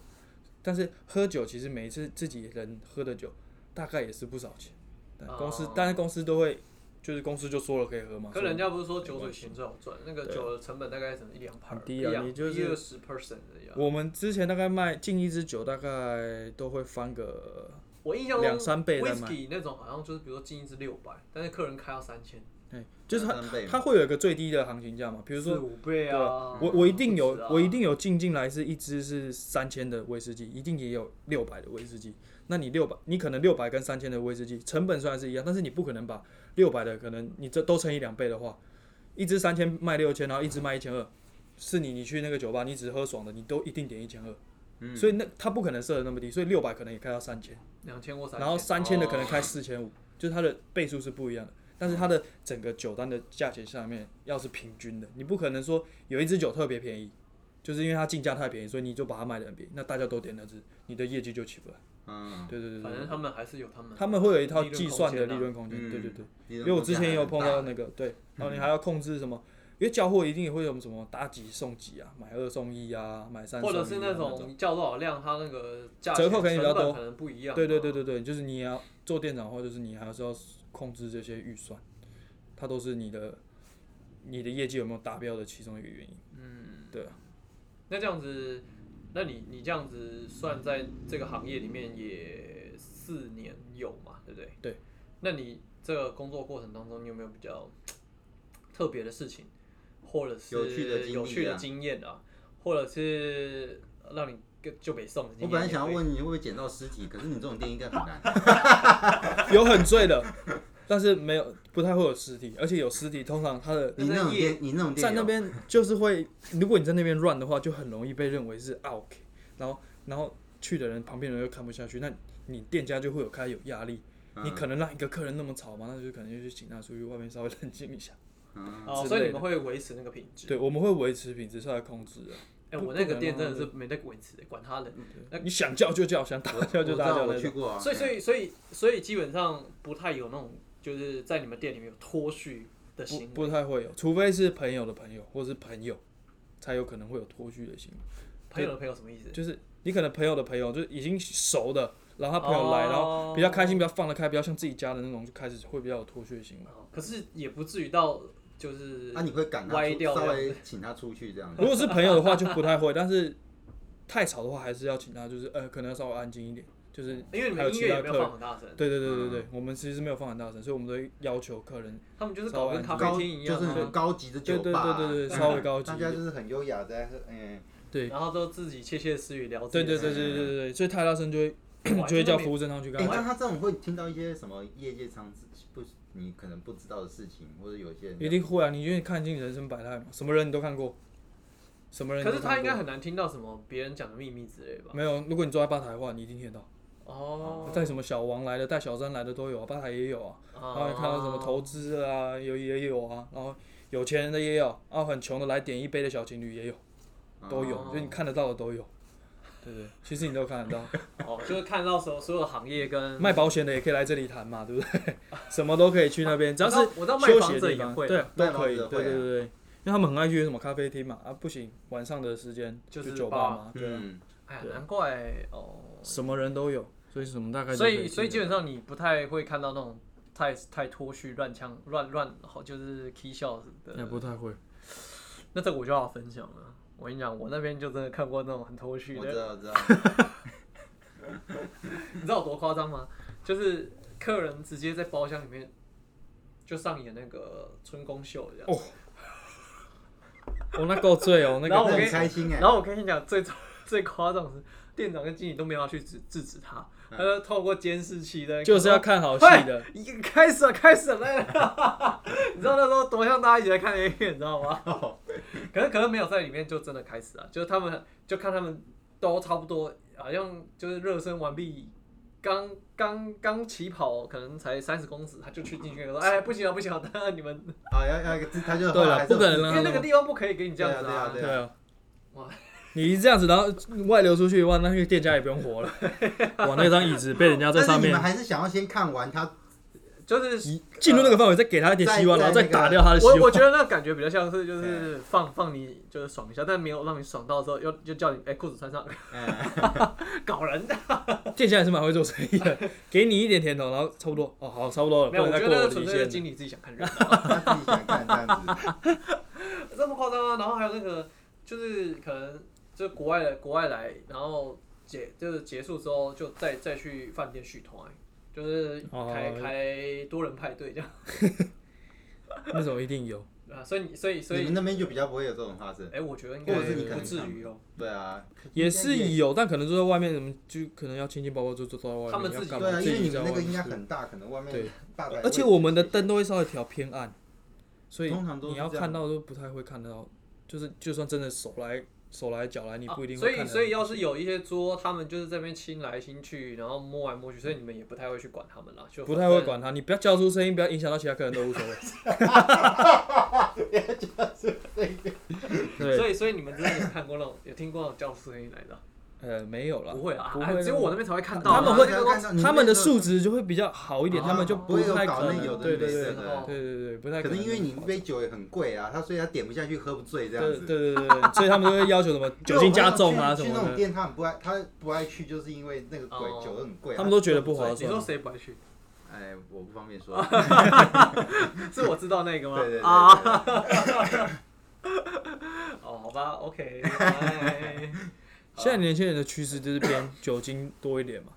[SPEAKER 3] 但是喝酒其实每一次自己人喝的酒，大概也是不少钱。但公司、
[SPEAKER 2] 哦
[SPEAKER 3] 但是公司都会，就是公司就说了可以喝嘛。
[SPEAKER 2] 可
[SPEAKER 3] 所以
[SPEAKER 2] 人家不是说酒水钱最好赚，那个酒的成本大概只能一两盘
[SPEAKER 3] 很，低啊
[SPEAKER 2] 一两
[SPEAKER 3] 你就是
[SPEAKER 2] 一二十 percent 的样。
[SPEAKER 3] 我们之前大概卖进一支酒，大概都会翻个，
[SPEAKER 2] 我印象中
[SPEAKER 3] 两三倍在卖
[SPEAKER 2] whisky 那种好像就是比如说进一支六百，但是客人开到三千，
[SPEAKER 3] 哎、就是它
[SPEAKER 1] 两三倍嘛
[SPEAKER 3] 它会有一个最低的行情价嘛，哦比如
[SPEAKER 2] 四
[SPEAKER 3] 说，
[SPEAKER 2] 五倍
[SPEAKER 3] 对
[SPEAKER 2] 啊。
[SPEAKER 3] 我我一定有
[SPEAKER 2] 不止啊
[SPEAKER 3] 我一定有进进来是一支是三千的威士忌，一定也有六百的威士忌。那你六百，你可能六百跟三千的威士忌成本虽然是一样，但是你不可能把六百的可能你这都乘以两倍的话，一支三千卖六千，然后一支卖一千二，是你你去那个酒吧你只喝爽的，你都一定点一千二，
[SPEAKER 1] 嗯
[SPEAKER 3] 所以那它不可能设的那么低，所以六百可能也开到三千。
[SPEAKER 2] 两千哦或三
[SPEAKER 3] 然后
[SPEAKER 2] 千，
[SPEAKER 3] 三千的可能开四千五，就是它的倍数是不一样的。但是它的整个酒单的价钱下面要是平均的，你不可能说有一支酒特别便宜，就是因为它进价太便宜，所以你就把它卖的很便宜，那大家都点那支，你的业绩就起不来。
[SPEAKER 1] 嗯，
[SPEAKER 3] 对对对
[SPEAKER 2] 反
[SPEAKER 3] 对
[SPEAKER 2] 正
[SPEAKER 3] 对，
[SPEAKER 2] 他们还是有他们，
[SPEAKER 3] 他们会有一套
[SPEAKER 2] 利润
[SPEAKER 3] 计
[SPEAKER 2] 空
[SPEAKER 3] 算的
[SPEAKER 2] 间
[SPEAKER 3] 利
[SPEAKER 2] 啊
[SPEAKER 3] 润空间。
[SPEAKER 1] 嗯
[SPEAKER 3] 对对对，
[SPEAKER 1] 因
[SPEAKER 3] 因为我之前也有碰到那个
[SPEAKER 2] 嗯
[SPEAKER 3] 对，然后你还要控制什么，因为交货一定也会有什么打几送几啊，买二送一啊，买三送
[SPEAKER 2] 或
[SPEAKER 3] 一啊
[SPEAKER 2] 者是那种叫多少量，它那个价
[SPEAKER 3] 折
[SPEAKER 2] 钱
[SPEAKER 3] 扣可能比较多
[SPEAKER 2] 成本可能不一样。
[SPEAKER 3] 对对对，对对，就是你也要做店长的话，就是你还是要控制这些预算，它都是你的你的业绩有没有达标的其中一个原因。嗯，对啊，
[SPEAKER 2] 那这样子，那你你这样子算在这个行业里面也四年有嘛，对不对？
[SPEAKER 3] 对。
[SPEAKER 2] 那你这个工作过程当中，你有没有比较特别的事情，或者是
[SPEAKER 1] 有趣的经历啊
[SPEAKER 2] 有趣的经验啊，或者是让你更就北宋？
[SPEAKER 1] 我本来想要，问你会不会捡到尸体，可是你这种店应该很 难。
[SPEAKER 3] 有很醉的， 但是没有不太会有尸体，而且有尸体通常它的
[SPEAKER 1] 你那种店，你那种店
[SPEAKER 3] 在那
[SPEAKER 1] 有
[SPEAKER 3] 边就是会，如果你在那边乱的话，就很容易被认为是 out，然后然后去的人旁边人又看不下去，那你店家就会有开始有压力。你可能让一个客人那么吵嘛，那就可能就去请他出去外面稍微冷静一下。
[SPEAKER 2] 哦，
[SPEAKER 3] 之
[SPEAKER 2] 所以
[SPEAKER 3] 类
[SPEAKER 2] 你们会维持那个品质。
[SPEAKER 3] 对，我们会维持品质上来控制啊的。
[SPEAKER 2] 哎、
[SPEAKER 3] 不
[SPEAKER 2] 我那个
[SPEAKER 3] 不可能
[SPEAKER 2] 店真
[SPEAKER 3] 啊
[SPEAKER 2] 的是没在维持的，管他的。
[SPEAKER 1] 嗯
[SPEAKER 2] 那
[SPEAKER 3] 你想叫就叫，想打
[SPEAKER 1] 我
[SPEAKER 3] 叫
[SPEAKER 1] 知
[SPEAKER 3] 就打
[SPEAKER 1] 道
[SPEAKER 3] 叫
[SPEAKER 1] 我
[SPEAKER 3] 那
[SPEAKER 1] 去
[SPEAKER 3] 种。
[SPEAKER 1] 过啊，
[SPEAKER 2] 所以，所以，所以，所以基本上不太有那种就是在你们店里面有脱序的
[SPEAKER 3] 不
[SPEAKER 2] 行为。欸
[SPEAKER 3] 不太会有，除非是朋友的朋友或是朋友，才有可能会有脱序的行为。
[SPEAKER 2] 朋友的朋友什么意思？
[SPEAKER 3] 就是你可能朋友的朋友就是已经熟的，然后他朋友来，
[SPEAKER 2] 哦
[SPEAKER 3] 然后比较开心，比较放得开，比较像自己家的那种，就开始会比较有脱序的行为。
[SPEAKER 2] 哦可是也不至于到就是
[SPEAKER 1] 啊，你会赶他
[SPEAKER 2] 歪
[SPEAKER 1] 出，
[SPEAKER 2] 掉
[SPEAKER 1] 稍
[SPEAKER 2] 这样
[SPEAKER 1] 微请他出去这样子
[SPEAKER 3] 如。果是朋友的话就不太会，但是太吵的话还是要请他，就是呃可能要稍微安静一点，就是
[SPEAKER 2] 哦因为你
[SPEAKER 3] 还有
[SPEAKER 2] 们音
[SPEAKER 3] 其
[SPEAKER 2] 乐
[SPEAKER 3] 他
[SPEAKER 2] 也没有
[SPEAKER 3] 客人
[SPEAKER 2] 放。很大声，嗯
[SPEAKER 3] 对对对对对，我们其实没有放很大声，所以我们都会要求客人
[SPEAKER 2] 他们就是搞跟咖啡
[SPEAKER 1] 高
[SPEAKER 2] 厅一样、
[SPEAKER 1] 就是很
[SPEAKER 2] 啊，
[SPEAKER 1] 高级的酒吧啊，
[SPEAKER 3] 对对对
[SPEAKER 1] 嗯
[SPEAKER 3] 对稍微高级
[SPEAKER 1] 大
[SPEAKER 3] 一
[SPEAKER 1] 家
[SPEAKER 3] 点
[SPEAKER 1] 就是很优雅在喝，嗯，
[SPEAKER 3] 对
[SPEAKER 2] 然后都自己窃窃私语聊自
[SPEAKER 3] 对
[SPEAKER 2] 己
[SPEAKER 3] 对
[SPEAKER 2] 的
[SPEAKER 3] 对
[SPEAKER 2] 事。
[SPEAKER 3] 对对对对，所以太大声就会
[SPEAKER 2] 哇
[SPEAKER 3] 就会叫
[SPEAKER 2] 真的没
[SPEAKER 3] 服务生上去
[SPEAKER 1] 哎、
[SPEAKER 3] 干嘛。
[SPEAKER 1] 那他这种会听到一些什么业界常识不你可能不知道的事情，或者有些人
[SPEAKER 3] 一定会啊！你因为看尽人生百态嘛，什么人你都看过，什么人你
[SPEAKER 2] 可
[SPEAKER 3] 都
[SPEAKER 2] 是
[SPEAKER 3] 看过
[SPEAKER 2] 他应该很难听到什么别人讲的秘密之类吧？
[SPEAKER 3] 没有。如果你坐在吧台的话，你一定听得到，
[SPEAKER 2] 哦，
[SPEAKER 3] 带什么小王来的、带小三来的都有啊，吧台也有啊。然后你看到什么投资啊，有也有啊，然后有钱人的也有，然后很穷的来点一杯的小情侣也有，
[SPEAKER 1] 啊
[SPEAKER 3] 都有，
[SPEAKER 1] 嗯
[SPEAKER 2] 哦
[SPEAKER 3] 就你看得到的都有。对对，其实你都看得到，
[SPEAKER 2] 哦，就是看到所有所有的行业 跟
[SPEAKER 3] 卖保险的也可以来这里谈嘛，对不对？什么都可以去那边，只要是
[SPEAKER 2] 我知道我知道卖
[SPEAKER 3] 休息
[SPEAKER 2] 房
[SPEAKER 3] 的
[SPEAKER 2] 子
[SPEAKER 3] 地
[SPEAKER 2] 也
[SPEAKER 3] 方，
[SPEAKER 2] 会
[SPEAKER 3] 对啊，
[SPEAKER 1] 卖
[SPEAKER 3] 都可以，
[SPEAKER 1] 房子会啊
[SPEAKER 3] 对对对对。因因为他们很爱去什么咖啡厅嘛，啊不行，晚上的时间
[SPEAKER 2] 就是
[SPEAKER 3] 酒吧嘛，对啊，
[SPEAKER 1] 嗯，
[SPEAKER 2] 哎呀，难怪哦。
[SPEAKER 3] 什么人都有，所以什么大概都
[SPEAKER 2] 所
[SPEAKER 3] 可
[SPEAKER 2] 以
[SPEAKER 3] 去
[SPEAKER 2] 所以基本上你不太会看到那种太太脱序、乱枪、乱乱好就是 K 笑的。
[SPEAKER 3] 也哎不太会，
[SPEAKER 2] 那这个我就要分享了。我跟你讲，我那边就真的看过那种很脱序
[SPEAKER 1] 我
[SPEAKER 2] 的
[SPEAKER 1] 知，道，我知 道，
[SPEAKER 2] 你知道有多夸张吗？就是客人直接在包厢里面就上演那个春宫秀这样。
[SPEAKER 3] 哦那够醉哦，那
[SPEAKER 2] 然后我
[SPEAKER 3] 个
[SPEAKER 2] 跟
[SPEAKER 1] 很开心哎
[SPEAKER 2] 然后我跟你讲，最最夸张的是，店长跟经理都没有要去制制止他，
[SPEAKER 1] 嗯
[SPEAKER 2] 他就透过监视器的，
[SPEAKER 3] 就是要看好戏的，
[SPEAKER 2] 一个开始了，开始了来了， 你知道那时候多像大家一起来看 A 片，你知道吗？ 可是可是没有在里面就真的开始啊了，就是他们就看他们都差不多，好像就是热身完毕，刚刚刚起跑，可能才三十公尺，他就去进去跟我说，哎，不行了不行了，当然你们
[SPEAKER 1] 啊，要要一个，他就
[SPEAKER 3] 对
[SPEAKER 1] 后
[SPEAKER 3] 了
[SPEAKER 1] 来还是有
[SPEAKER 3] 不可能
[SPEAKER 2] 因
[SPEAKER 3] 啊
[SPEAKER 2] 为那个地方不可以给你这样子
[SPEAKER 1] 对啊对啊对
[SPEAKER 3] 对啊
[SPEAKER 2] 哇。
[SPEAKER 3] 你一这样子，然后外流出去哇，那个店家也不用 活了。哇，那张椅子被人家
[SPEAKER 1] 但
[SPEAKER 3] 在
[SPEAKER 1] 是
[SPEAKER 3] 上
[SPEAKER 1] 你
[SPEAKER 3] 面
[SPEAKER 1] 们还是想要先看完他，
[SPEAKER 2] 啊就是
[SPEAKER 3] 进入那个范围，再给他一点希望，
[SPEAKER 1] 在
[SPEAKER 3] 然后再
[SPEAKER 1] 在那个
[SPEAKER 3] 打掉他的希
[SPEAKER 2] 我
[SPEAKER 3] 望。
[SPEAKER 2] 我觉得那感觉比较像是
[SPEAKER 3] 啊
[SPEAKER 2] 就是放放你就是爽一下，但没有让你爽到的时候，又就叫你哎裤子穿上，
[SPEAKER 1] 哎，
[SPEAKER 2] 搞人的。
[SPEAKER 3] 店家也是蛮会做生意的，给你一点甜头，然后差不多哦，好，差不多了，不
[SPEAKER 2] 没有，
[SPEAKER 3] 能
[SPEAKER 2] 我
[SPEAKER 3] 再
[SPEAKER 2] 觉
[SPEAKER 3] 过
[SPEAKER 2] 得那个
[SPEAKER 3] 我的
[SPEAKER 2] 纯
[SPEAKER 3] 底
[SPEAKER 2] 粹是
[SPEAKER 3] 线
[SPEAKER 2] 经。理自己想看热闹，
[SPEAKER 1] 他自己想看这样子，
[SPEAKER 2] 这么夸张吗？然后还有那个就是可能就是国外的国外来，然后结就是结束之后就再再去饭店续团，就是
[SPEAKER 3] 哦
[SPEAKER 2] 开开多人派对这样
[SPEAKER 3] 那种一定有，
[SPEAKER 2] 啊，所以你所以所
[SPEAKER 1] 你
[SPEAKER 2] 以
[SPEAKER 1] 们那边就比较不会有这种发生，
[SPEAKER 2] 哎，我觉得应
[SPEAKER 1] 或者是你
[SPEAKER 2] 该
[SPEAKER 1] 可
[SPEAKER 2] 不
[SPEAKER 1] 能
[SPEAKER 2] 至于哦，
[SPEAKER 1] 对啊，
[SPEAKER 3] 也是有，但可能就在外面，什么就可能要亲亲抱抱，就就坐在外面。
[SPEAKER 2] 他们自己
[SPEAKER 3] 要干
[SPEAKER 1] 对
[SPEAKER 3] 嘛
[SPEAKER 1] 啊，因为你
[SPEAKER 3] 自己在
[SPEAKER 1] 们那
[SPEAKER 3] 外
[SPEAKER 1] 个
[SPEAKER 3] 面
[SPEAKER 1] 应该
[SPEAKER 3] 吃
[SPEAKER 1] 很大，可能外面
[SPEAKER 3] 对
[SPEAKER 1] 大概，
[SPEAKER 3] 而且我们的灯都会稍微调偏暗，所以
[SPEAKER 1] 通常都是
[SPEAKER 3] 你要
[SPEAKER 1] 这样
[SPEAKER 3] 看到都不太会看得到，就是就算真的手来手来脚来，你不一定
[SPEAKER 2] 啊
[SPEAKER 3] 会
[SPEAKER 2] 所
[SPEAKER 3] 看
[SPEAKER 2] 以
[SPEAKER 3] 得到。
[SPEAKER 2] 所以要是有一些桌，他们就是这边亲来亲去，然后摸来摸去，所以你们也不太会去管他们啦，就
[SPEAKER 3] 不太会。管他，你不要叫出声音，不要影响到其他客人都 无所谓。对，
[SPEAKER 2] 所以所以你们真的有看过那种有听过那种叫出声音来的？
[SPEAKER 3] 呃，没有啦，
[SPEAKER 2] 不会啊，
[SPEAKER 3] 不
[SPEAKER 2] 啊
[SPEAKER 3] 会
[SPEAKER 2] 只有我那边才会看到啊。
[SPEAKER 3] 他们会
[SPEAKER 1] 才有看到你
[SPEAKER 3] 他们的素
[SPEAKER 1] 质，
[SPEAKER 3] 质就会比较好一点，
[SPEAKER 2] 啊
[SPEAKER 3] 他们就
[SPEAKER 1] 不会有
[SPEAKER 3] 太
[SPEAKER 1] 搞
[SPEAKER 3] 可
[SPEAKER 1] 那
[SPEAKER 3] 能，
[SPEAKER 1] 有的
[SPEAKER 3] 对
[SPEAKER 1] 没
[SPEAKER 3] 对
[SPEAKER 1] 的
[SPEAKER 3] 对
[SPEAKER 2] 对
[SPEAKER 1] 的
[SPEAKER 3] 对对对，不太
[SPEAKER 1] 可能因为你一
[SPEAKER 3] 那么
[SPEAKER 1] 杯酒也很贵啊，他所以他点不下去，喝不醉这
[SPEAKER 3] 夸
[SPEAKER 1] 样子。
[SPEAKER 3] 张对对对对，对所以他们都会要 求什么酒精加重啊什
[SPEAKER 1] 去那
[SPEAKER 3] 么
[SPEAKER 1] 种
[SPEAKER 3] 的，
[SPEAKER 1] 店他很不爱，他不爱去，就是因为那个鬼
[SPEAKER 2] 哦
[SPEAKER 1] 酒很贵啊。
[SPEAKER 3] 他们都觉得不划
[SPEAKER 2] 你说
[SPEAKER 3] 算。
[SPEAKER 2] 谁不爱去？
[SPEAKER 1] 哎，我不方便 说。
[SPEAKER 2] 是我知道那
[SPEAKER 1] 对
[SPEAKER 2] 个吗？
[SPEAKER 1] 对对
[SPEAKER 2] 啊，
[SPEAKER 1] 对对
[SPEAKER 2] 哦，好吧，OK 拜。
[SPEAKER 3] 现在年轻人的趋势就是偏酒精多一点 嘛，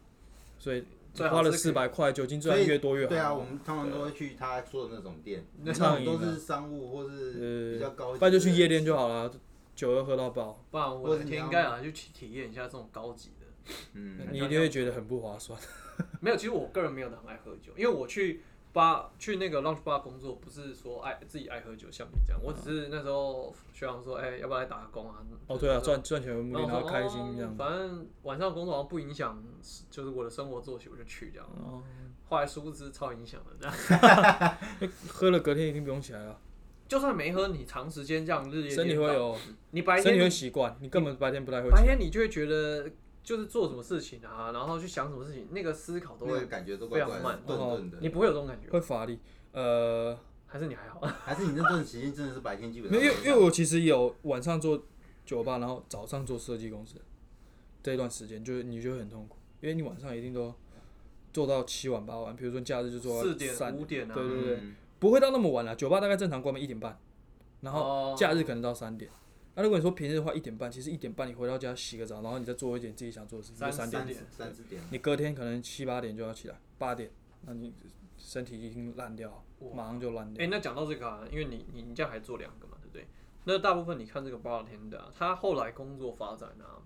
[SPEAKER 3] 所以
[SPEAKER 2] 最好
[SPEAKER 3] 花了
[SPEAKER 2] 是
[SPEAKER 3] 四百块，酒精最
[SPEAKER 1] 所
[SPEAKER 3] 好
[SPEAKER 1] 以
[SPEAKER 3] 越多越好。
[SPEAKER 1] 对啊，我们通常都会去他说的那种店，
[SPEAKER 2] 那
[SPEAKER 1] 那种
[SPEAKER 3] 畅饮
[SPEAKER 1] 都
[SPEAKER 3] 啊
[SPEAKER 1] 是商务或是比较高级的，
[SPEAKER 3] 不然就去夜店就好了，酒又喝到爆，
[SPEAKER 2] 不然我的天应该啊，就去体验一下这种高级的。
[SPEAKER 1] 嗯，
[SPEAKER 3] 你一定会觉得很不划算。
[SPEAKER 2] 没有，其实我个人没有很爱喝酒，因为我去吧去那个 lunch bar 工作，不是说爱自己爱喝酒，像你
[SPEAKER 3] 啊
[SPEAKER 2] 这样，我只是那时候学长说，哎，要不要来打个工啊？
[SPEAKER 3] 哦，对啊，赚赚钱为目的，然
[SPEAKER 2] 我
[SPEAKER 3] 后
[SPEAKER 2] 说
[SPEAKER 3] 开心这样
[SPEAKER 2] 哦。反正晚上工作好像不影响，就是我的生活作息，我就去这样。
[SPEAKER 3] 哦，
[SPEAKER 2] 后来殊不知超影响的，这样。
[SPEAKER 3] 喝了隔天一定不用起来了，
[SPEAKER 2] 就算没喝，你长时间这样日夜
[SPEAKER 3] 身体会
[SPEAKER 2] 颠倒，
[SPEAKER 3] 有，
[SPEAKER 2] 你白
[SPEAKER 3] 身
[SPEAKER 2] 天
[SPEAKER 3] 体
[SPEAKER 2] 你
[SPEAKER 3] 会习惯，你根本白天不太会起
[SPEAKER 2] 白
[SPEAKER 3] 来。
[SPEAKER 2] 天你就会觉得就是做什么事情啊，然后去想什么事情，那个思考都
[SPEAKER 1] 那个
[SPEAKER 2] 会，
[SPEAKER 1] 感觉都怪怪
[SPEAKER 2] 非常
[SPEAKER 1] 的，
[SPEAKER 2] 慢
[SPEAKER 1] 顿
[SPEAKER 3] 哦
[SPEAKER 1] 顿的。
[SPEAKER 2] 你不会有这种感觉，
[SPEAKER 3] 会乏力，呃，
[SPEAKER 2] 还是你还好？
[SPEAKER 1] 还是你那段时间真的是白天基本
[SPEAKER 3] 没
[SPEAKER 1] 上
[SPEAKER 3] 有，因为因为我其实有晚上做酒吧，然后早上做设计公司，这一段时间就是你就会很痛苦，因为你晚上一定都做到七晚八晚，比如说假日就做
[SPEAKER 2] 四
[SPEAKER 3] 到
[SPEAKER 2] 点
[SPEAKER 3] 三
[SPEAKER 2] 五点啊
[SPEAKER 3] 对对对，
[SPEAKER 1] 嗯
[SPEAKER 3] 不会到那么晚了、酒吧大概正常关门一点半，然
[SPEAKER 2] 哦
[SPEAKER 3] 后假日可能到三点。那、如果你说平日的话，一点半，其实一点半你回到家洗个澡，然后你再做一点自己想做的事情，就
[SPEAKER 2] 三
[SPEAKER 3] 三点。
[SPEAKER 1] 三三四点，
[SPEAKER 3] 你隔天可能七八点就要起来，八点，那你身体已经烂掉
[SPEAKER 2] 哇，
[SPEAKER 3] 马上就烂
[SPEAKER 2] 哎、
[SPEAKER 3] 掉。
[SPEAKER 2] 那讲到这个啊，因为你你你这样还做两个嘛，对不对？那大部分你看这个 bartender，啊他后来工作发展啊，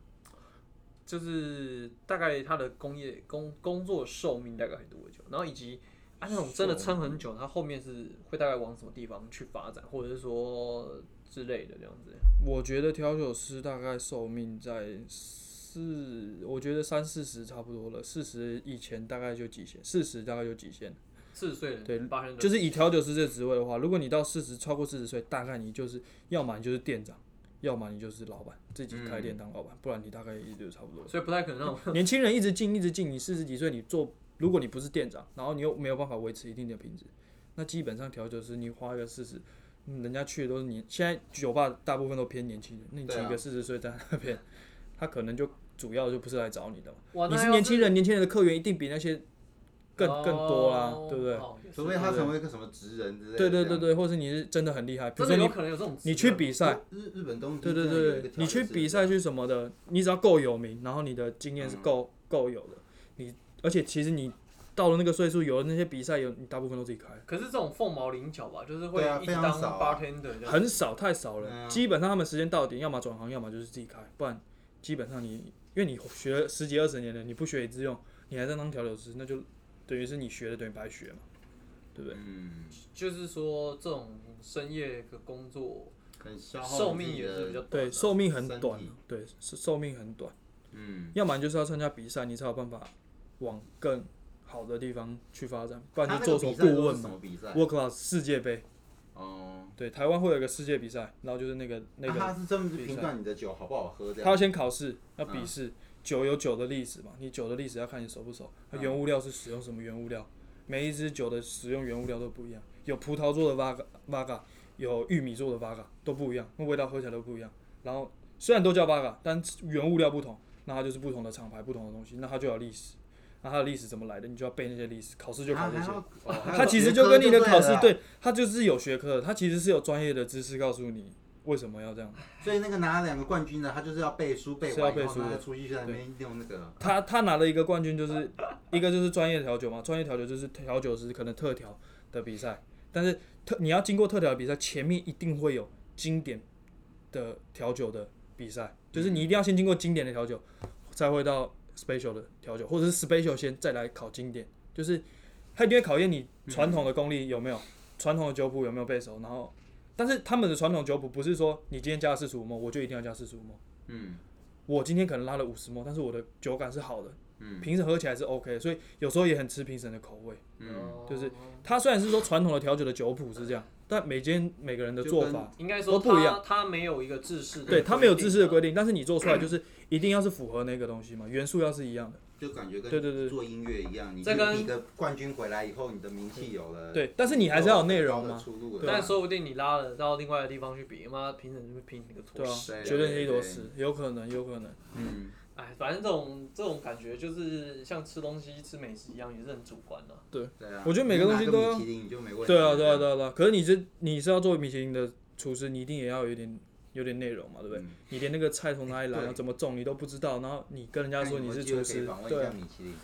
[SPEAKER 2] 就是大概他的工业工工作寿命大概多久？然后以及啊那种真的撑很久，他后面是会大概往什么地方去发展，或者是说之类的这样子。
[SPEAKER 3] 我觉得调酒师大概寿命在四，我觉得三四十差不多了，四十以前大概就极限，四十大概就极限。
[SPEAKER 2] 四十岁的
[SPEAKER 3] 对
[SPEAKER 2] bartender
[SPEAKER 3] 就是以调酒师这个职位的话，如果你到四十超过四十岁，大概你就是要么你就是店长，要么你就是老板，自己开店当老板，不然你大概也就差不多了。
[SPEAKER 2] 所以不太可能那种
[SPEAKER 3] 年轻人一直进一直进，你四十几岁你做，如果你不是店长，然后你又没有办法维持一定的品质，那基本上调酒师你花个四十嗯人家去的都是年，现在酒吧大部分都偏年轻人，那你
[SPEAKER 1] 对啊
[SPEAKER 3] 请一个四十岁在那边，他可能就主要就不是来找你的嘛。
[SPEAKER 2] 哇
[SPEAKER 3] 你
[SPEAKER 2] 那
[SPEAKER 3] 是
[SPEAKER 2] 要
[SPEAKER 3] 年轻人，年轻人的客源一定比那些更更多啦，
[SPEAKER 2] 哦
[SPEAKER 3] 对不对？
[SPEAKER 2] 好也是
[SPEAKER 1] 除非他成为一个什么职人之类的。
[SPEAKER 3] 对对对
[SPEAKER 1] 对。
[SPEAKER 3] 对，或是你是真的很厉啊害，比如
[SPEAKER 2] 真的
[SPEAKER 3] 说
[SPEAKER 2] 有
[SPEAKER 3] 你
[SPEAKER 2] 可能有这种啊
[SPEAKER 3] 你
[SPEAKER 2] 职
[SPEAKER 3] 去
[SPEAKER 2] 人
[SPEAKER 3] 比赛，
[SPEAKER 1] 日日本东京
[SPEAKER 3] 对对
[SPEAKER 1] 真的有一
[SPEAKER 3] 对
[SPEAKER 1] 个
[SPEAKER 3] 对，
[SPEAKER 1] 条
[SPEAKER 3] 你
[SPEAKER 1] 件是
[SPEAKER 3] 去比赛去什么的，你只要够有名，然后你的经验是够够有的，你而且其实你到了那个岁数，有了那些比赛有，你大部分都自己开，
[SPEAKER 2] 可是这种凤毛麟角吧，就是会
[SPEAKER 1] 对啊
[SPEAKER 2] 一
[SPEAKER 1] 非常
[SPEAKER 2] 当
[SPEAKER 1] 少啊
[SPEAKER 2] bartender 这样。
[SPEAKER 3] 很少太少了，
[SPEAKER 1] 对啊
[SPEAKER 3] 基本上他们时间到点，要么转行，要么就是自己开，不然基本上你因为你学了十几二十年了，你不学以致用，你还在当调酒师，那就等于是你学的等于白学嘛，啊对不对？
[SPEAKER 1] 嗯，
[SPEAKER 2] 就是说这种深夜的工作，
[SPEAKER 1] 很消耗
[SPEAKER 2] 寿
[SPEAKER 1] 你自
[SPEAKER 2] 命
[SPEAKER 1] 己
[SPEAKER 2] 也是比较
[SPEAKER 1] 的，
[SPEAKER 2] 短
[SPEAKER 3] 对，
[SPEAKER 2] 的
[SPEAKER 3] 寿命很
[SPEAKER 1] 身
[SPEAKER 3] 短啊
[SPEAKER 1] 体，
[SPEAKER 3] 对，是寿命很短。
[SPEAKER 1] 嗯，
[SPEAKER 3] 要么你就是要参加比赛，你才有办法往更好的地方去发展，不然
[SPEAKER 1] 他
[SPEAKER 3] 就
[SPEAKER 1] 那
[SPEAKER 3] 做
[SPEAKER 1] 个比
[SPEAKER 3] 什么顾
[SPEAKER 1] 赛都
[SPEAKER 3] 问
[SPEAKER 1] 是什
[SPEAKER 3] 嘛
[SPEAKER 1] 么比赛？
[SPEAKER 3] ，World Class 世界杯，
[SPEAKER 1] 哦，
[SPEAKER 3] 对，台湾会有一个世界比赛，然后就是那个那
[SPEAKER 1] 啊
[SPEAKER 3] 个，
[SPEAKER 1] 他是专门
[SPEAKER 3] 比赛
[SPEAKER 1] 评断你的酒好不好喝这
[SPEAKER 3] 他要
[SPEAKER 1] 样。
[SPEAKER 3] 先考试，要
[SPEAKER 1] 嗯嗯
[SPEAKER 3] 笔试，酒有酒的历史嘛，你酒的历史要看你熟不熟，它原物料是使用什么原物料，每一支酒的使用原物料都不一样，有葡萄做的 Vaga Vaga，有玉米做的 Vaga 都不一样，那味道喝起来都不一样，然后虽然都叫 Vaga，但原物料不同，那它就是不同的厂牌、不同的东西，那它就有历史。那它的历史怎么来的？你就要背那些历史，考试
[SPEAKER 1] 啊
[SPEAKER 3] 就考这些。它
[SPEAKER 1] 他
[SPEAKER 3] 其实就跟你的考试，
[SPEAKER 1] 对
[SPEAKER 3] 对，它就是有学科的，它其实是有专业的知识告诉你为什么要这样。
[SPEAKER 1] 了，所以那个拿两个冠军的，他就是要背书，背
[SPEAKER 3] 是要
[SPEAKER 1] 完
[SPEAKER 3] 背
[SPEAKER 1] 以后
[SPEAKER 3] 书的
[SPEAKER 1] 他再出去在那边用那个，
[SPEAKER 3] 他他拿了一个冠军，就是一个就是专业调酒嘛，专业调酒就是调酒师可能特调的比赛，但是特你要经过特调的比赛，前面一定会有经典的调酒的比赛，就是你一定要先经过经典的调酒，再会到 special 的调酒，或者是 special 先再来考经典，就是他一定会考验你传统的功力有没有，传统的酒谱有没有背熟，然后但是他们的传统酒谱不是说你今天加了四十五我就一定要加四十五
[SPEAKER 1] 嗯
[SPEAKER 3] 我今天可能拉了五十但是我的酒感是好的，
[SPEAKER 1] 嗯
[SPEAKER 3] 评审喝起来是 OK，的所以有时候也很吃评审的口味。
[SPEAKER 1] 嗯，
[SPEAKER 3] 就是它虽然是说传统的调酒的酒谱是这样，但每间每个人的做
[SPEAKER 1] 就
[SPEAKER 3] 法，
[SPEAKER 2] 应该说
[SPEAKER 3] 都不一
[SPEAKER 2] 他他没有一个制式的规定
[SPEAKER 3] 对
[SPEAKER 2] 啊，
[SPEAKER 3] 它没有知识的规定，但是你做出来就是一定要是符合那个东西嘛，元素要是一样的。
[SPEAKER 1] 就感觉跟
[SPEAKER 3] 对对对
[SPEAKER 1] 做音乐一样，你
[SPEAKER 2] 这
[SPEAKER 1] 就
[SPEAKER 2] 跟
[SPEAKER 1] 你的冠军回来以后，你的名气有了，
[SPEAKER 3] 对但是你还是要有内容嘛
[SPEAKER 1] 嘛，出路了
[SPEAKER 3] 啊
[SPEAKER 2] 啊但说不定你拉了到另外的地方去比，妈评审就会评你个
[SPEAKER 3] 对
[SPEAKER 2] 坨
[SPEAKER 3] 啊
[SPEAKER 2] 屎。
[SPEAKER 1] 对，
[SPEAKER 3] 绝对是一坨
[SPEAKER 1] 哦对
[SPEAKER 3] 屎，有可能，有可能。
[SPEAKER 1] 嗯，
[SPEAKER 2] 哎，反正这种这种感觉就是像吃东西吃美食一样，也是很主观的、
[SPEAKER 1] 对啊，
[SPEAKER 3] 我觉得每个东西都
[SPEAKER 1] 你拿个
[SPEAKER 3] 要
[SPEAKER 1] 米其林你就没问题，
[SPEAKER 3] 对啊，对啊，对啊，对啊。可是你是你是要做米其林的厨师，你一定也要有一点有点内容嘛，对不对？
[SPEAKER 1] 嗯
[SPEAKER 3] 你连那个菜从 哪里来，
[SPEAKER 1] 对
[SPEAKER 3] 然后怎么种你都不知道，然后你跟人家
[SPEAKER 1] 看
[SPEAKER 3] 说
[SPEAKER 1] 有
[SPEAKER 3] 你
[SPEAKER 1] 没有
[SPEAKER 3] 是
[SPEAKER 1] 机会
[SPEAKER 3] 厨
[SPEAKER 1] 可以
[SPEAKER 3] 师
[SPEAKER 1] 访，问一
[SPEAKER 3] 对
[SPEAKER 1] 下
[SPEAKER 3] 啊。
[SPEAKER 1] 米其林，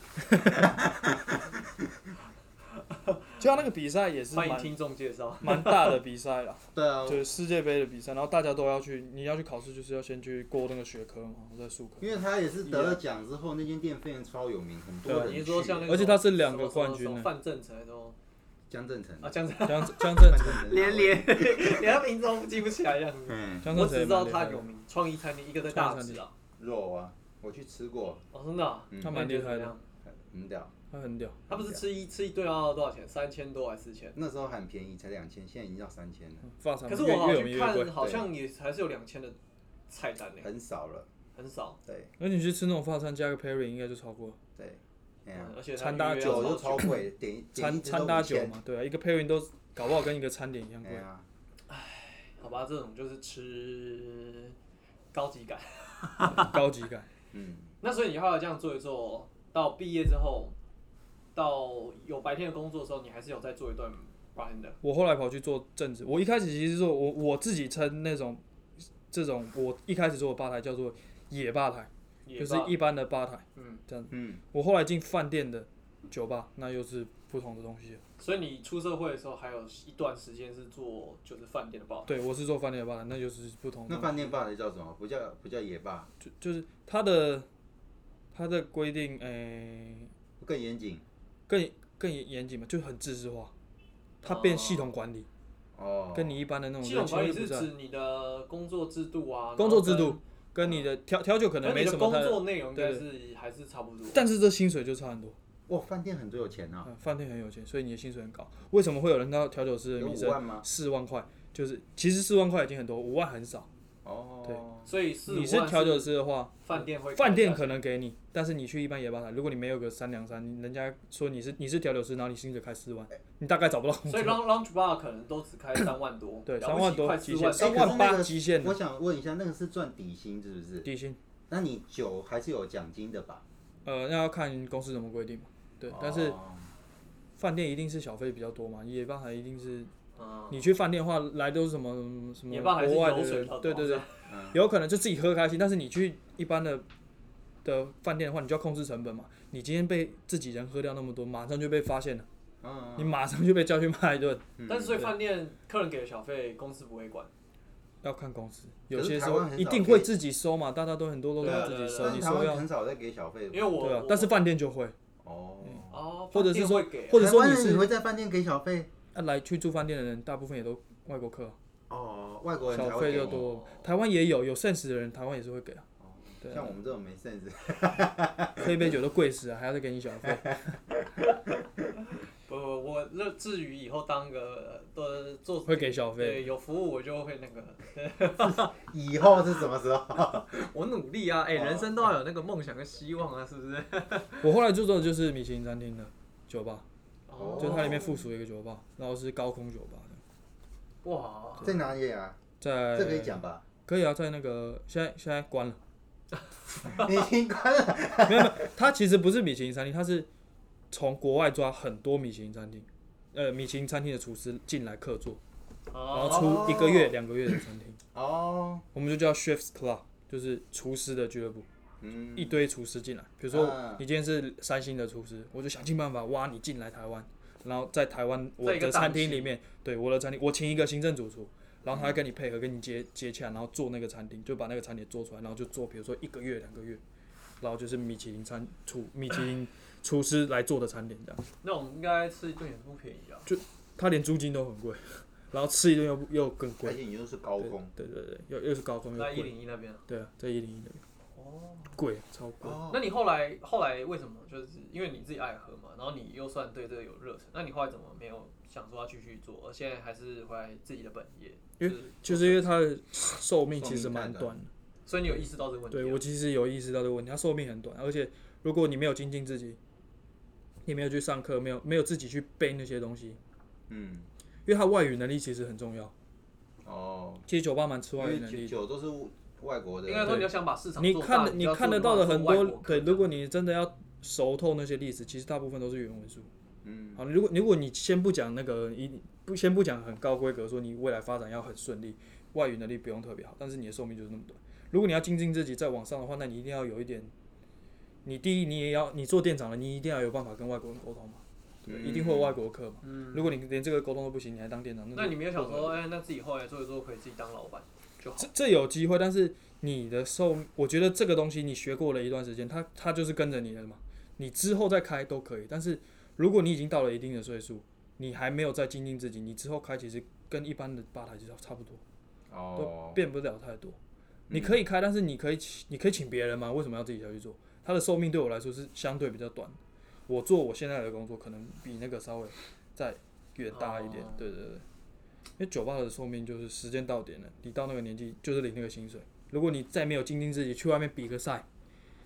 [SPEAKER 3] 就像那个比赛也是
[SPEAKER 2] 欢迎
[SPEAKER 3] 蛮
[SPEAKER 2] 听众介绍。
[SPEAKER 3] 蛮大的比赛 啦。
[SPEAKER 1] 对啊，
[SPEAKER 3] 就是世界杯的比赛，然后大家都要去，你要去考试，就是要先去过那个学科嘛，在术科。
[SPEAKER 1] 因为他也是得了奖之后，那间店非常超有名，很多
[SPEAKER 3] 对啊
[SPEAKER 1] 人
[SPEAKER 2] 你
[SPEAKER 1] 去。
[SPEAKER 2] 是说像那个，
[SPEAKER 3] 而且他是两个冠军呢
[SPEAKER 2] 什么范正成还是什么
[SPEAKER 1] 江正成
[SPEAKER 2] 啊，江正
[SPEAKER 3] 江 江正
[SPEAKER 1] 范正成
[SPEAKER 2] 连连连他名字都记不起来这样子。
[SPEAKER 1] 嗯
[SPEAKER 3] 江
[SPEAKER 2] 我
[SPEAKER 3] 正
[SPEAKER 2] 只知
[SPEAKER 3] 成
[SPEAKER 2] 道
[SPEAKER 3] 也
[SPEAKER 2] 他
[SPEAKER 3] 蛮厉害
[SPEAKER 2] 有
[SPEAKER 3] 的，
[SPEAKER 2] 名，创意餐厅一个在大直啊，
[SPEAKER 1] 肉啊，我去吃过，
[SPEAKER 2] 哦，真的啊、
[SPEAKER 1] 嗯
[SPEAKER 3] 他蛮厉
[SPEAKER 2] 那
[SPEAKER 3] 害
[SPEAKER 2] 你觉得怎么
[SPEAKER 3] 的
[SPEAKER 2] 样，
[SPEAKER 1] 很屌。
[SPEAKER 3] 他很屌。
[SPEAKER 2] 他不是吃一吃一顿要多少钱？三千多还是四千？
[SPEAKER 1] 那时候很便宜，才两千，现在已经要三千了，
[SPEAKER 3] 发长
[SPEAKER 2] 可是
[SPEAKER 3] 越
[SPEAKER 2] 我好
[SPEAKER 3] 越
[SPEAKER 2] 像
[SPEAKER 3] 有名
[SPEAKER 2] 去
[SPEAKER 3] 越贵啊
[SPEAKER 2] 看，。好像也还是有两千的菜单呢，
[SPEAKER 1] 很少了。
[SPEAKER 2] 很少。
[SPEAKER 1] 对
[SPEAKER 3] 而且你去吃那种法餐加个 pairing 应该就超过
[SPEAKER 1] 对，哎呀，
[SPEAKER 2] 嗯而且他
[SPEAKER 3] 餐搭
[SPEAKER 2] 预约
[SPEAKER 1] 酒
[SPEAKER 2] 要
[SPEAKER 1] 就
[SPEAKER 2] 超
[SPEAKER 1] 超
[SPEAKER 2] 久
[SPEAKER 1] 贵，点一点一
[SPEAKER 3] 餐
[SPEAKER 1] 支
[SPEAKER 3] 餐
[SPEAKER 1] 都
[SPEAKER 3] 搭
[SPEAKER 1] 五
[SPEAKER 3] 酒
[SPEAKER 1] 千。
[SPEAKER 3] 嘛，对啊，一个 pairing 都搞不好跟一个餐点一 样
[SPEAKER 1] 哎
[SPEAKER 3] 贵。
[SPEAKER 1] 呀，
[SPEAKER 2] 好吧，这种就是吃高级感。
[SPEAKER 3] 高级感。
[SPEAKER 1] 嗯，
[SPEAKER 2] 那所以你后来这样做一做，到毕业之后，到有白天的工作的时候，你还是有再做一段 bartender。
[SPEAKER 3] 我后来跑去做正职，我一开始其实做我我自己称那种这种我一开始做的吧台叫做野吧台，
[SPEAKER 2] 也
[SPEAKER 3] 就是
[SPEAKER 2] 吧
[SPEAKER 3] 一般的吧台。
[SPEAKER 2] 嗯，
[SPEAKER 1] 嗯，
[SPEAKER 3] 我后来进饭店的酒吧，那又是不同的东西了。
[SPEAKER 2] 所以你出社会的时候，还有一段时间是做就是饭店的 bar。
[SPEAKER 3] 对，我是做饭店的吧台，那就是不同的
[SPEAKER 1] 那
[SPEAKER 3] 东西。
[SPEAKER 1] 饭店霸的叫什么？不叫不叫野霸，
[SPEAKER 3] 就就是它的它的规定，诶、
[SPEAKER 1] 更严谨
[SPEAKER 3] 更更严严谨嘛，就很自治化，它变系统管理，
[SPEAKER 1] 哦。
[SPEAKER 3] 跟你一般的那种
[SPEAKER 2] 系统
[SPEAKER 3] 人情
[SPEAKER 2] 管理
[SPEAKER 3] 味不
[SPEAKER 2] 是
[SPEAKER 3] 在
[SPEAKER 2] 指你的工作制度啊，
[SPEAKER 3] 工作制
[SPEAKER 2] 然后
[SPEAKER 3] 度跟你的调调酒可
[SPEAKER 2] 跟
[SPEAKER 3] 能没什
[SPEAKER 2] 嗯跟
[SPEAKER 3] 么
[SPEAKER 2] 你的
[SPEAKER 3] 太
[SPEAKER 2] 工
[SPEAKER 3] 大，
[SPEAKER 2] 作内容应该是还是差不多。
[SPEAKER 3] 但是这薪水就差很多。
[SPEAKER 1] 哇，饭店很多有钱啊，
[SPEAKER 3] 嗯，饭店很有钱，所以你的薪水很高。为什么会有人到调酒师的
[SPEAKER 1] 有
[SPEAKER 3] 名
[SPEAKER 1] 五万
[SPEAKER 3] 声
[SPEAKER 1] 吗？
[SPEAKER 3] 四万块？就是其实四万块已经很多，五万很少。
[SPEAKER 1] 哦，
[SPEAKER 3] 对
[SPEAKER 2] 所以四五
[SPEAKER 3] 你
[SPEAKER 2] 万
[SPEAKER 3] 是调酒师的话，
[SPEAKER 2] 饭店会
[SPEAKER 3] 饭店
[SPEAKER 2] 开价
[SPEAKER 3] 可能给你，但是你去一般夜吧台，如果你没有个三两三，人家说你是你是调酒师，然后你薪水开四万，
[SPEAKER 2] 哎
[SPEAKER 3] 你大概找不到工
[SPEAKER 2] 所
[SPEAKER 3] 作
[SPEAKER 2] 以。lounge lounge bar 可能都只开三万多，
[SPEAKER 3] 对
[SPEAKER 2] 了不起
[SPEAKER 3] 三万多
[SPEAKER 2] 快四
[SPEAKER 3] 极
[SPEAKER 2] 万
[SPEAKER 3] 限，三
[SPEAKER 1] 哎可是
[SPEAKER 3] 万
[SPEAKER 1] 那
[SPEAKER 3] 八
[SPEAKER 1] 个
[SPEAKER 3] 极限
[SPEAKER 1] 我想问一下，那个是赚底薪是不是？
[SPEAKER 3] 底薪，
[SPEAKER 1] 那你酒还是有奖金的吧？
[SPEAKER 3] 呃，那要看公司怎么规定嘛。对，但是
[SPEAKER 1] 哦
[SPEAKER 3] 饭店一定是小费比较多嘛，夜吧台一定是
[SPEAKER 2] 嗯，
[SPEAKER 3] 你去饭店的话，来都是什么什
[SPEAKER 2] 也
[SPEAKER 3] 么
[SPEAKER 2] 罢还是
[SPEAKER 3] 国外
[SPEAKER 2] 油水
[SPEAKER 3] 的
[SPEAKER 2] 比较多
[SPEAKER 3] 人，对对对，
[SPEAKER 1] 嗯
[SPEAKER 3] 有可能就自己喝开心，但是你去一般的的饭店的话，你就要控制成本嘛。你今天被自己人喝掉那么多，马上就被发现了，
[SPEAKER 1] 嗯
[SPEAKER 3] 你马上就被叫去骂一顿。
[SPEAKER 1] 嗯
[SPEAKER 2] 但是所以
[SPEAKER 3] 对
[SPEAKER 2] 饭店客人给的小费，公司不会管。
[SPEAKER 3] 要看公司，
[SPEAKER 1] 可是
[SPEAKER 3] 有些时
[SPEAKER 1] 台
[SPEAKER 3] 候
[SPEAKER 1] 湾很少
[SPEAKER 3] 一定会自己收嘛，大家都很多都
[SPEAKER 2] 对啊
[SPEAKER 3] 要自己
[SPEAKER 2] 对啊
[SPEAKER 3] 收，
[SPEAKER 1] 但
[SPEAKER 3] 你
[SPEAKER 1] 是台
[SPEAKER 3] 收
[SPEAKER 1] 湾
[SPEAKER 3] 要
[SPEAKER 1] 很少在给小费，
[SPEAKER 2] 因为我
[SPEAKER 3] 对啊
[SPEAKER 2] 我，
[SPEAKER 3] 但是饭店就会，
[SPEAKER 1] 哦，
[SPEAKER 2] 哦，
[SPEAKER 3] 或者是说
[SPEAKER 2] 饭店会给啊
[SPEAKER 3] 嗯或者说你
[SPEAKER 1] 台湾人
[SPEAKER 3] 是
[SPEAKER 1] 会在饭店给小费
[SPEAKER 3] 啊来去住饭店的人，大部分也都外国客啊，
[SPEAKER 1] 哦，外国人才
[SPEAKER 3] 小
[SPEAKER 1] 会
[SPEAKER 3] 费
[SPEAKER 1] 给
[SPEAKER 3] 就
[SPEAKER 1] 你。
[SPEAKER 3] 多。台湾也有有 sense 的人，台湾也是 会给啊，
[SPEAKER 1] 哦
[SPEAKER 3] 对啊
[SPEAKER 1] 像我们这种没 sense，
[SPEAKER 3] 喝一杯酒都贵死啊，还要再给你小 费。
[SPEAKER 2] 不不，不我那至于以后当个呃做
[SPEAKER 3] 会给小费
[SPEAKER 2] 对，有服务我就会那个，
[SPEAKER 1] 以后是什么 时候？
[SPEAKER 2] 我努力啊，哎、
[SPEAKER 1] 哦
[SPEAKER 2] 人生都要有那个梦想跟希望啊，是不是？
[SPEAKER 3] 我后来住的就是米其林餐厅的酒吧，
[SPEAKER 1] 哦
[SPEAKER 3] 就是它里面附属一个酒吧，然后是高空酒吧的，
[SPEAKER 2] 哇，
[SPEAKER 1] 在哪里啊？
[SPEAKER 3] 在
[SPEAKER 1] 这可以讲吧？
[SPEAKER 3] 可以啊，在那个现在现在关了，
[SPEAKER 1] 你已经关了。
[SPEAKER 3] 没有没有，它其实不是米其林餐厅，它是从国外抓很多米其林餐厅，呃，米其林餐厅的厨师进来客座，然
[SPEAKER 2] 哦，
[SPEAKER 3] 后出一个月两个月的餐厅，
[SPEAKER 1] 哦，
[SPEAKER 3] 我们就叫 Chefs Club，就是厨师的俱乐部，
[SPEAKER 1] 嗯，
[SPEAKER 3] 一堆厨师进来，比如说
[SPEAKER 1] 嗯
[SPEAKER 3] 你今天是三星的厨师，我就想尽办法挖你进来台湾，然后在台湾我
[SPEAKER 2] 在一个
[SPEAKER 3] 的
[SPEAKER 2] 档
[SPEAKER 3] 餐厅
[SPEAKER 2] 期
[SPEAKER 3] 里面，对我的餐厅，我请一个行政主厨，然后他会跟你配合，跟你接接洽，然后做那个餐厅，就把那个餐点做出来，然后就做，比如说一个月、两个月，然后就是米其林餐厨米 其林厨师来做的餐点这样，
[SPEAKER 2] 那我们应该吃一顿也不便宜啊。
[SPEAKER 3] 他连租金都很贵，然后吃一顿又不又更
[SPEAKER 1] 而
[SPEAKER 3] 贵，
[SPEAKER 1] 且你又是高工
[SPEAKER 3] 对对对，又又是高中又
[SPEAKER 2] 在一
[SPEAKER 3] 贵，
[SPEAKER 2] 零一那边啊。
[SPEAKER 3] 对啊，在一零一那边
[SPEAKER 2] 哦，
[SPEAKER 3] 贵超贵。
[SPEAKER 1] 哦，
[SPEAKER 2] 那你后来后来为什么就是因为你自己爱喝嘛，然后你又算对这个有热忱，那你后来怎么没有想说要继续做，而现在还是回来自己的本业？
[SPEAKER 3] 因
[SPEAKER 2] 为
[SPEAKER 3] 就是因为它的寿命其实蛮短的，
[SPEAKER 2] 所以你有意识到这个问题啊？
[SPEAKER 3] 对我其实有意识到这个问题，它寿命很短，而且如果你没有精进自己，你没有去上课，没有没有自己去背那些东西，
[SPEAKER 1] 嗯，
[SPEAKER 3] 因为它外语能力其实很重要。
[SPEAKER 1] 哦，
[SPEAKER 3] 其实酒吧蛮吃
[SPEAKER 1] 因
[SPEAKER 3] 外语
[SPEAKER 1] 为
[SPEAKER 3] 能
[SPEAKER 1] 酒
[SPEAKER 3] 力的，
[SPEAKER 1] 酒都是外国的
[SPEAKER 2] 应，该说你要想把市场
[SPEAKER 3] 你
[SPEAKER 2] 做
[SPEAKER 3] 看
[SPEAKER 2] 大
[SPEAKER 3] 得
[SPEAKER 2] 就
[SPEAKER 3] 你
[SPEAKER 2] 要
[SPEAKER 3] 看得
[SPEAKER 2] 做
[SPEAKER 3] 到的
[SPEAKER 2] 外
[SPEAKER 3] 很
[SPEAKER 2] 国
[SPEAKER 3] 多
[SPEAKER 2] 客，
[SPEAKER 3] 对，如果你真的要熟透那些例子，其实大部分都是原文书。
[SPEAKER 1] 嗯，
[SPEAKER 3] 好，如果如果你先不讲那个，一不先不讲很高规格，说你未来发展要很顺利，外语能力不用特别好，但是你的寿命就是那么短。如果你要精进自己再往上的话，那你一定要有一点，你第一你也要你做店长了，你一定要有办法跟外国人沟通嘛，对不对，一定会有外国客嘛。如果你连这个沟通都不行，你还当店长，
[SPEAKER 2] 嗯那
[SPEAKER 3] 就
[SPEAKER 2] 你没有想说，哎、那自己后来做一做可以自己当老板就好？
[SPEAKER 3] 这这有机会，但是你的寿，我觉得这个东西你学过了一段时间，它它就是跟着你的嘛。你之后再开都可以，但是如果你已经到了一定的岁数，你还没有再精进自己，你之后开其实跟一般的吧台其实差不多，
[SPEAKER 1] 哦
[SPEAKER 3] 都，变不了太多。你可以开，但是你可以请你可以请别人吗？为什么要自己下去做？它的寿命对我来说是相对比较短。我做我现在的工作，可能比那个稍微再远大一点。
[SPEAKER 2] 哦
[SPEAKER 3] 对对对，因为酒吧的寿命就是时间到点了，你到那个年纪就是领那个薪水。如果你再没有精进自己，去外面比个赛，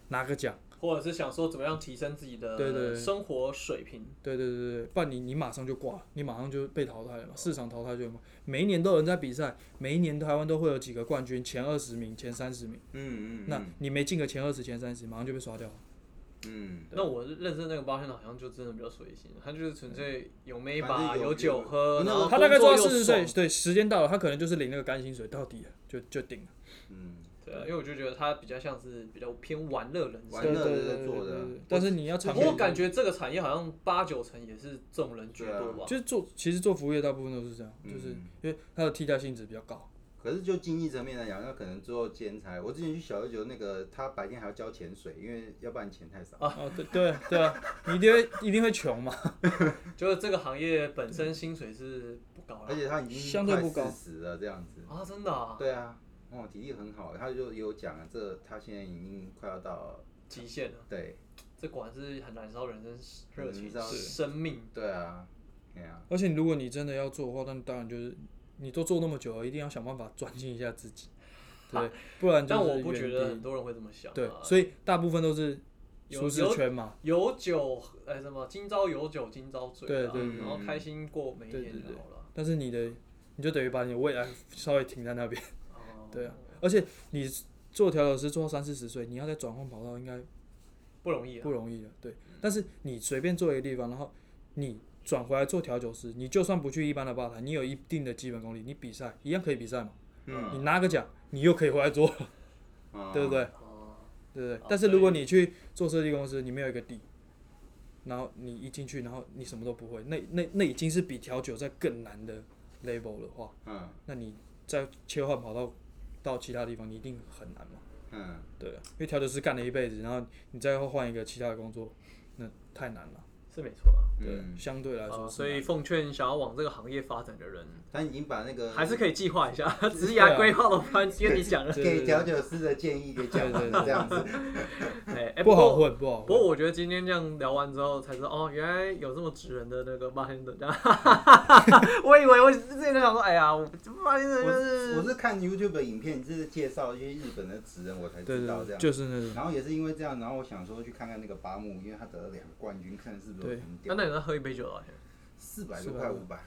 [SPEAKER 3] 拿个奖，
[SPEAKER 2] 或者是想说怎么样提升自己
[SPEAKER 3] 对对
[SPEAKER 2] 的
[SPEAKER 3] 对
[SPEAKER 2] 生活水平？
[SPEAKER 3] 对对对对，不然你你马上就挂了，你马上就被淘汰了嘛，市场淘汰就有嘛。每一年都有人在比赛，每一年台湾都会有几个冠军，前二十名、前三十名。
[SPEAKER 1] 嗯嗯，
[SPEAKER 3] 那
[SPEAKER 1] 嗯
[SPEAKER 3] 你没进个前二十、前三十，马上就被刷掉了。
[SPEAKER 1] 嗯，
[SPEAKER 2] 那我认识那个包厢的，好像就真的比较随性，他就是纯粹有妹
[SPEAKER 1] 反
[SPEAKER 2] 吧，
[SPEAKER 1] 正有
[SPEAKER 2] 有酒喝，
[SPEAKER 1] 有
[SPEAKER 2] 然后
[SPEAKER 3] 他大概做
[SPEAKER 2] 工
[SPEAKER 3] 到
[SPEAKER 2] 作又
[SPEAKER 3] 四十岁
[SPEAKER 2] 爽，
[SPEAKER 3] 对，时间到了，他可能就是领那个干薪水到底了，就就顶了。
[SPEAKER 1] 嗯，
[SPEAKER 2] 对啊，因为我就觉得他比较像是比较偏玩乐人生
[SPEAKER 1] 玩。乐的在做的
[SPEAKER 3] 但是你要长
[SPEAKER 2] 不啊
[SPEAKER 3] 期
[SPEAKER 2] 过我感觉这个产业好像八九成也是这种人居多吧。
[SPEAKER 3] 就是做，其实做服务业大部分都是这样，
[SPEAKER 1] 嗯
[SPEAKER 3] 就是因为它的替代性质比较高。
[SPEAKER 1] 可是就经济层面来讲，那可能之后兼差。我之前去小琉球那个，他白天还要交潜水，因为要不然钱太少。
[SPEAKER 3] 哦，对对啊对啊，你一定会一定会穷嘛。
[SPEAKER 2] 就是这个行业本身薪水是不高
[SPEAKER 1] 而
[SPEAKER 2] 的
[SPEAKER 1] 且他已经
[SPEAKER 3] 相对不高
[SPEAKER 1] 快四十了这样子。
[SPEAKER 2] 啊，真的啊，
[SPEAKER 1] 对啊，哦，体力很好，他就有讲了，这他现在已经快要到
[SPEAKER 2] 极限了，
[SPEAKER 1] 对
[SPEAKER 2] 这果然是很燃烧人生热情
[SPEAKER 1] 燃、烧
[SPEAKER 2] 生命。
[SPEAKER 1] 对啊，对啊，
[SPEAKER 3] 而且如果你真的要做的话，那当然就是你都做那么久了，一定要想办法专心一下自己。 对，不然就
[SPEAKER 2] 但
[SPEAKER 3] 是
[SPEAKER 2] 我不觉得
[SPEAKER 3] 原
[SPEAKER 2] 很
[SPEAKER 3] 地。
[SPEAKER 2] 多人会这么想、啊。
[SPEAKER 3] 对，所以大部分都是
[SPEAKER 2] 有
[SPEAKER 3] 舒适
[SPEAKER 2] 有
[SPEAKER 3] 圈嘛，
[SPEAKER 2] 有酒，哎，什么今朝有酒今朝醉、啊，
[SPEAKER 3] 对对
[SPEAKER 1] 对
[SPEAKER 2] 然后开心过每一
[SPEAKER 3] 对
[SPEAKER 2] 天
[SPEAKER 3] 对
[SPEAKER 2] 就
[SPEAKER 3] 对
[SPEAKER 2] 好了。
[SPEAKER 3] 但是你的你就等于把你的未来 稍微停在那边，
[SPEAKER 2] 哦
[SPEAKER 3] 对啊，而且你做调酒师做到三四十岁，你要再转换跑道应该
[SPEAKER 2] 不容易啊。
[SPEAKER 3] 不容易的，对。但是你随便做一个地方，然后你转回来做调酒师，你就算不去一般的吧台，你有一定的基本功力，你比赛一样可以比赛嘛，
[SPEAKER 1] 嗯
[SPEAKER 3] 你拿个奖，你又可以回来做，
[SPEAKER 1] 啊
[SPEAKER 3] 对不对？
[SPEAKER 2] 哦
[SPEAKER 3] 对不对
[SPEAKER 2] 哦？
[SPEAKER 3] 但是如果你去做设计公司，你没有一个底，然后你一进去，然后你什么都不会，那那那已经是比调酒在更难的 level 的话，
[SPEAKER 1] 嗯
[SPEAKER 3] 那你再切换跑道到其他地方，你一定很难嘛。
[SPEAKER 1] 嗯，
[SPEAKER 3] 对啊，因为调酒师干了一辈子，然后你再换一个其他的工作，那太难了。
[SPEAKER 2] 是没错啊。
[SPEAKER 3] 对，
[SPEAKER 1] 嗯
[SPEAKER 3] 相对来说
[SPEAKER 2] 呃
[SPEAKER 3] 是
[SPEAKER 2] 所以奉劝想要往这个行业发展的人，
[SPEAKER 1] 咱已经把那个
[SPEAKER 2] 还 是可以啊计划一下职
[SPEAKER 3] 对
[SPEAKER 2] 涯
[SPEAKER 3] 啊
[SPEAKER 2] 规划的方跟你讲了。
[SPEAKER 1] 给调酒师的建议给讲
[SPEAKER 3] 对对
[SPEAKER 1] 了
[SPEAKER 3] 对
[SPEAKER 1] 这样 子，
[SPEAKER 2] 哎，哎
[SPEAKER 3] 难不好。
[SPEAKER 2] 过
[SPEAKER 3] 混，不好
[SPEAKER 2] 不
[SPEAKER 3] 混。
[SPEAKER 2] 过我觉得今天这样聊完之后，才知道哦，原来有这么直人的那个 bartender。我以为我之前就想说，哎呀，我 bartender 就
[SPEAKER 1] 我
[SPEAKER 2] 是
[SPEAKER 1] 是看 YouTube 影片，就是介绍一些日本的职人，我才
[SPEAKER 3] 对
[SPEAKER 1] 知道
[SPEAKER 3] 对
[SPEAKER 1] 这
[SPEAKER 3] 对，
[SPEAKER 1] 样。
[SPEAKER 3] 就是那种。
[SPEAKER 1] 然后也是因为这样，然后我想说去看看那个巴木，因为他得了两个冠军，看是不是有
[SPEAKER 3] 对
[SPEAKER 1] 很
[SPEAKER 2] 那
[SPEAKER 1] 屌，
[SPEAKER 2] 那你再喝一杯酒啊？
[SPEAKER 1] 四百多块
[SPEAKER 3] 400
[SPEAKER 1] 五百，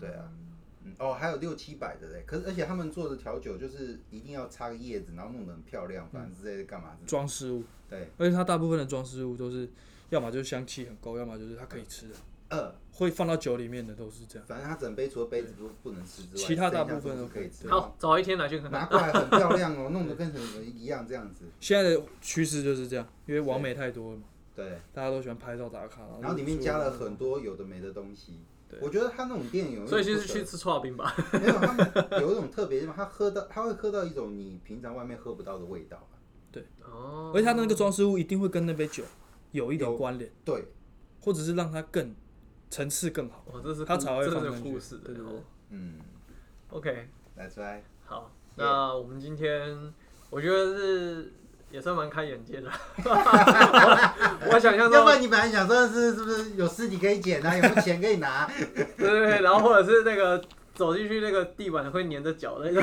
[SPEAKER 1] 对啊，嗯哦，还有六七百的嘞。可是而且他们做的调酒就是一定要插个叶子，然后弄得很漂亮，反正之类的干嘛的。
[SPEAKER 3] 装饰物，
[SPEAKER 1] 对，
[SPEAKER 3] 而且它大部分的装饰物都是，要么就是香气很够，要么就是它可以吃的，
[SPEAKER 1] 呃，
[SPEAKER 3] 会放到酒里面的都是这样。
[SPEAKER 1] 反正他整杯除了杯子不不能吃之外，
[SPEAKER 3] 其他大
[SPEAKER 1] 剩下
[SPEAKER 3] 部分
[SPEAKER 1] 都
[SPEAKER 3] 都
[SPEAKER 1] 是可以吃。
[SPEAKER 2] 好，，找一天来去 看看。
[SPEAKER 1] 拿过来很漂亮哦，弄得跟什么一样这样子。
[SPEAKER 3] 现在的趋势就是这样，因为完美太多了嘛，
[SPEAKER 1] 对，
[SPEAKER 3] 大家都喜欢拍照打卡，然后
[SPEAKER 1] 然后里面加了很
[SPEAKER 3] 多。
[SPEAKER 1] 多有的没的东西。
[SPEAKER 3] 对
[SPEAKER 1] 我觉得他那种店有一种不
[SPEAKER 2] 所
[SPEAKER 1] 得，
[SPEAKER 2] 以就是去吃刨冰吧。
[SPEAKER 1] 没有，他们有一种特别地方，他喝到他会喝到一种你平常外面喝不到的味道吧。
[SPEAKER 2] 哦，
[SPEAKER 3] 而且它的那个装饰物一定会跟那杯酒有一
[SPEAKER 1] 有
[SPEAKER 3] 点关联，
[SPEAKER 1] 对，
[SPEAKER 3] 或者是让它更层次更好。
[SPEAKER 2] 哇，这是
[SPEAKER 3] 它
[SPEAKER 2] 故
[SPEAKER 3] 才会
[SPEAKER 2] 这
[SPEAKER 3] 放
[SPEAKER 2] 是有
[SPEAKER 3] 上去
[SPEAKER 2] 故事的。
[SPEAKER 3] 对对对
[SPEAKER 2] 哦
[SPEAKER 1] 嗯
[SPEAKER 2] OK，
[SPEAKER 1] ，That's right。
[SPEAKER 2] 好，那我们今天我觉得是也算蛮开眼界的。 我我想
[SPEAKER 1] 要
[SPEAKER 2] 象
[SPEAKER 1] 不
[SPEAKER 2] 中
[SPEAKER 1] 然你本来想说是是不是有尸体可以捡啊，有没有钱可以拿？
[SPEAKER 2] 对对对，然后或者是那个走进去那个地板会粘着脚那个，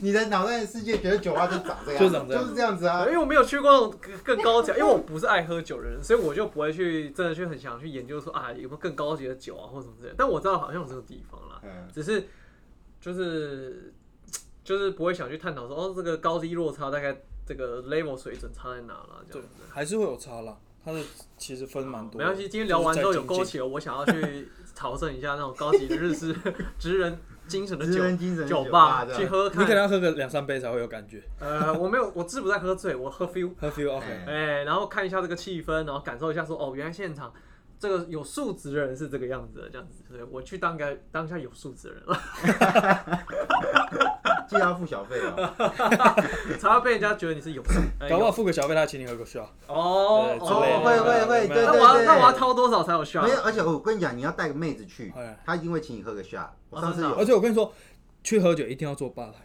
[SPEAKER 1] 你的脑袋的世界觉得酒吧就长这样，
[SPEAKER 3] 就长这样
[SPEAKER 1] 是这样子啊
[SPEAKER 2] 因。为我没有去过那种更更高级，因为我不是爱喝酒的人，所以我就不会去真的去很想去研究说啊有没有更高级的酒啊或什么之类的。但我知道好像有这个地方啦，
[SPEAKER 1] 嗯，
[SPEAKER 2] 只是就是就是不会想去探讨说哦，这个高低落差大概这个 level 水准差在哪了这
[SPEAKER 3] 对
[SPEAKER 2] 样子。，
[SPEAKER 3] 还是会有差啦。它的其实分蛮多的。
[SPEAKER 2] 没关系，今天聊完之后有勾
[SPEAKER 3] 就是在精
[SPEAKER 2] 起了我想要去朝圣一下那种高级的日 式职人精神的
[SPEAKER 1] 职人
[SPEAKER 2] 酒
[SPEAKER 1] 精神
[SPEAKER 2] 酒
[SPEAKER 1] 吧
[SPEAKER 2] 吧
[SPEAKER 1] 这
[SPEAKER 2] 去
[SPEAKER 1] 样。
[SPEAKER 2] 喝
[SPEAKER 3] 进，你可能
[SPEAKER 2] 看。
[SPEAKER 3] 要喝个两三杯才会有感觉。
[SPEAKER 2] 呃，我没有，我志不在喝醉，我喝 feel，
[SPEAKER 3] 喝 feel OK，
[SPEAKER 1] 哎
[SPEAKER 2] 哎，然后看一下这个气氛，然后感受一下说哦，原来现场。这个有素质的人是这个样子的，这样子，所以我去当个当下有素质的人 了，
[SPEAKER 1] 记得要付小费哦。
[SPEAKER 2] 才会被人家觉得你是有素。哎
[SPEAKER 3] 搞不好
[SPEAKER 2] 有
[SPEAKER 3] 付个小费，他请你喝个 shot。
[SPEAKER 2] 哦，
[SPEAKER 3] 对之
[SPEAKER 2] 哦
[SPEAKER 3] 类的
[SPEAKER 1] 会会会，
[SPEAKER 3] 没
[SPEAKER 1] 对对
[SPEAKER 2] 那
[SPEAKER 3] 有
[SPEAKER 1] 对。
[SPEAKER 2] 我要那我要掏多少才有效
[SPEAKER 1] 没？有，而且我跟你讲，你要带个妹子去
[SPEAKER 3] 哎，
[SPEAKER 1] 她一定会请你喝个 shot。我上次
[SPEAKER 2] 真的
[SPEAKER 1] 有
[SPEAKER 3] 啊而，且我跟你说，去喝酒一定要坐吧 台，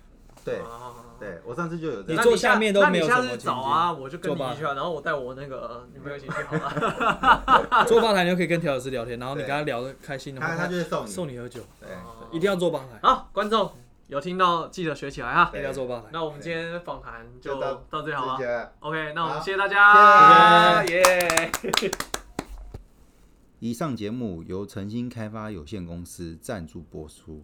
[SPEAKER 1] 对
[SPEAKER 2] 哦
[SPEAKER 1] 对，我上次就有这样。
[SPEAKER 3] 你
[SPEAKER 2] 那
[SPEAKER 3] 坐
[SPEAKER 2] 下
[SPEAKER 3] 下面都没
[SPEAKER 2] 那你
[SPEAKER 3] 有什么
[SPEAKER 2] 下
[SPEAKER 3] 情
[SPEAKER 2] 次
[SPEAKER 3] 境
[SPEAKER 2] 找啊，我就跟你
[SPEAKER 3] 坐吧
[SPEAKER 2] 一起啊，然后我带我那个女朋友一起去好了。
[SPEAKER 3] 坐吧台你就可以跟调酒师聊天，然后你
[SPEAKER 1] 对
[SPEAKER 3] 跟他聊得开心的
[SPEAKER 1] 他
[SPEAKER 3] 话，
[SPEAKER 1] 他就会送你，
[SPEAKER 3] 送你喝酒，
[SPEAKER 1] 对，
[SPEAKER 2] 哦
[SPEAKER 3] 一定要坐吧台，
[SPEAKER 2] 好，观众有听到记得学起来啊。
[SPEAKER 3] 一定要坐吧台。
[SPEAKER 2] 那我们今天访谈就
[SPEAKER 1] 就到
[SPEAKER 2] 到啊这里好
[SPEAKER 1] 谢
[SPEAKER 2] 了。
[SPEAKER 1] 谢。
[SPEAKER 2] OK，那我们
[SPEAKER 1] 好
[SPEAKER 2] 谢谢大家，
[SPEAKER 3] 谢
[SPEAKER 2] 耶。
[SPEAKER 1] 以上节目由诚心开发有限公司赞助播出。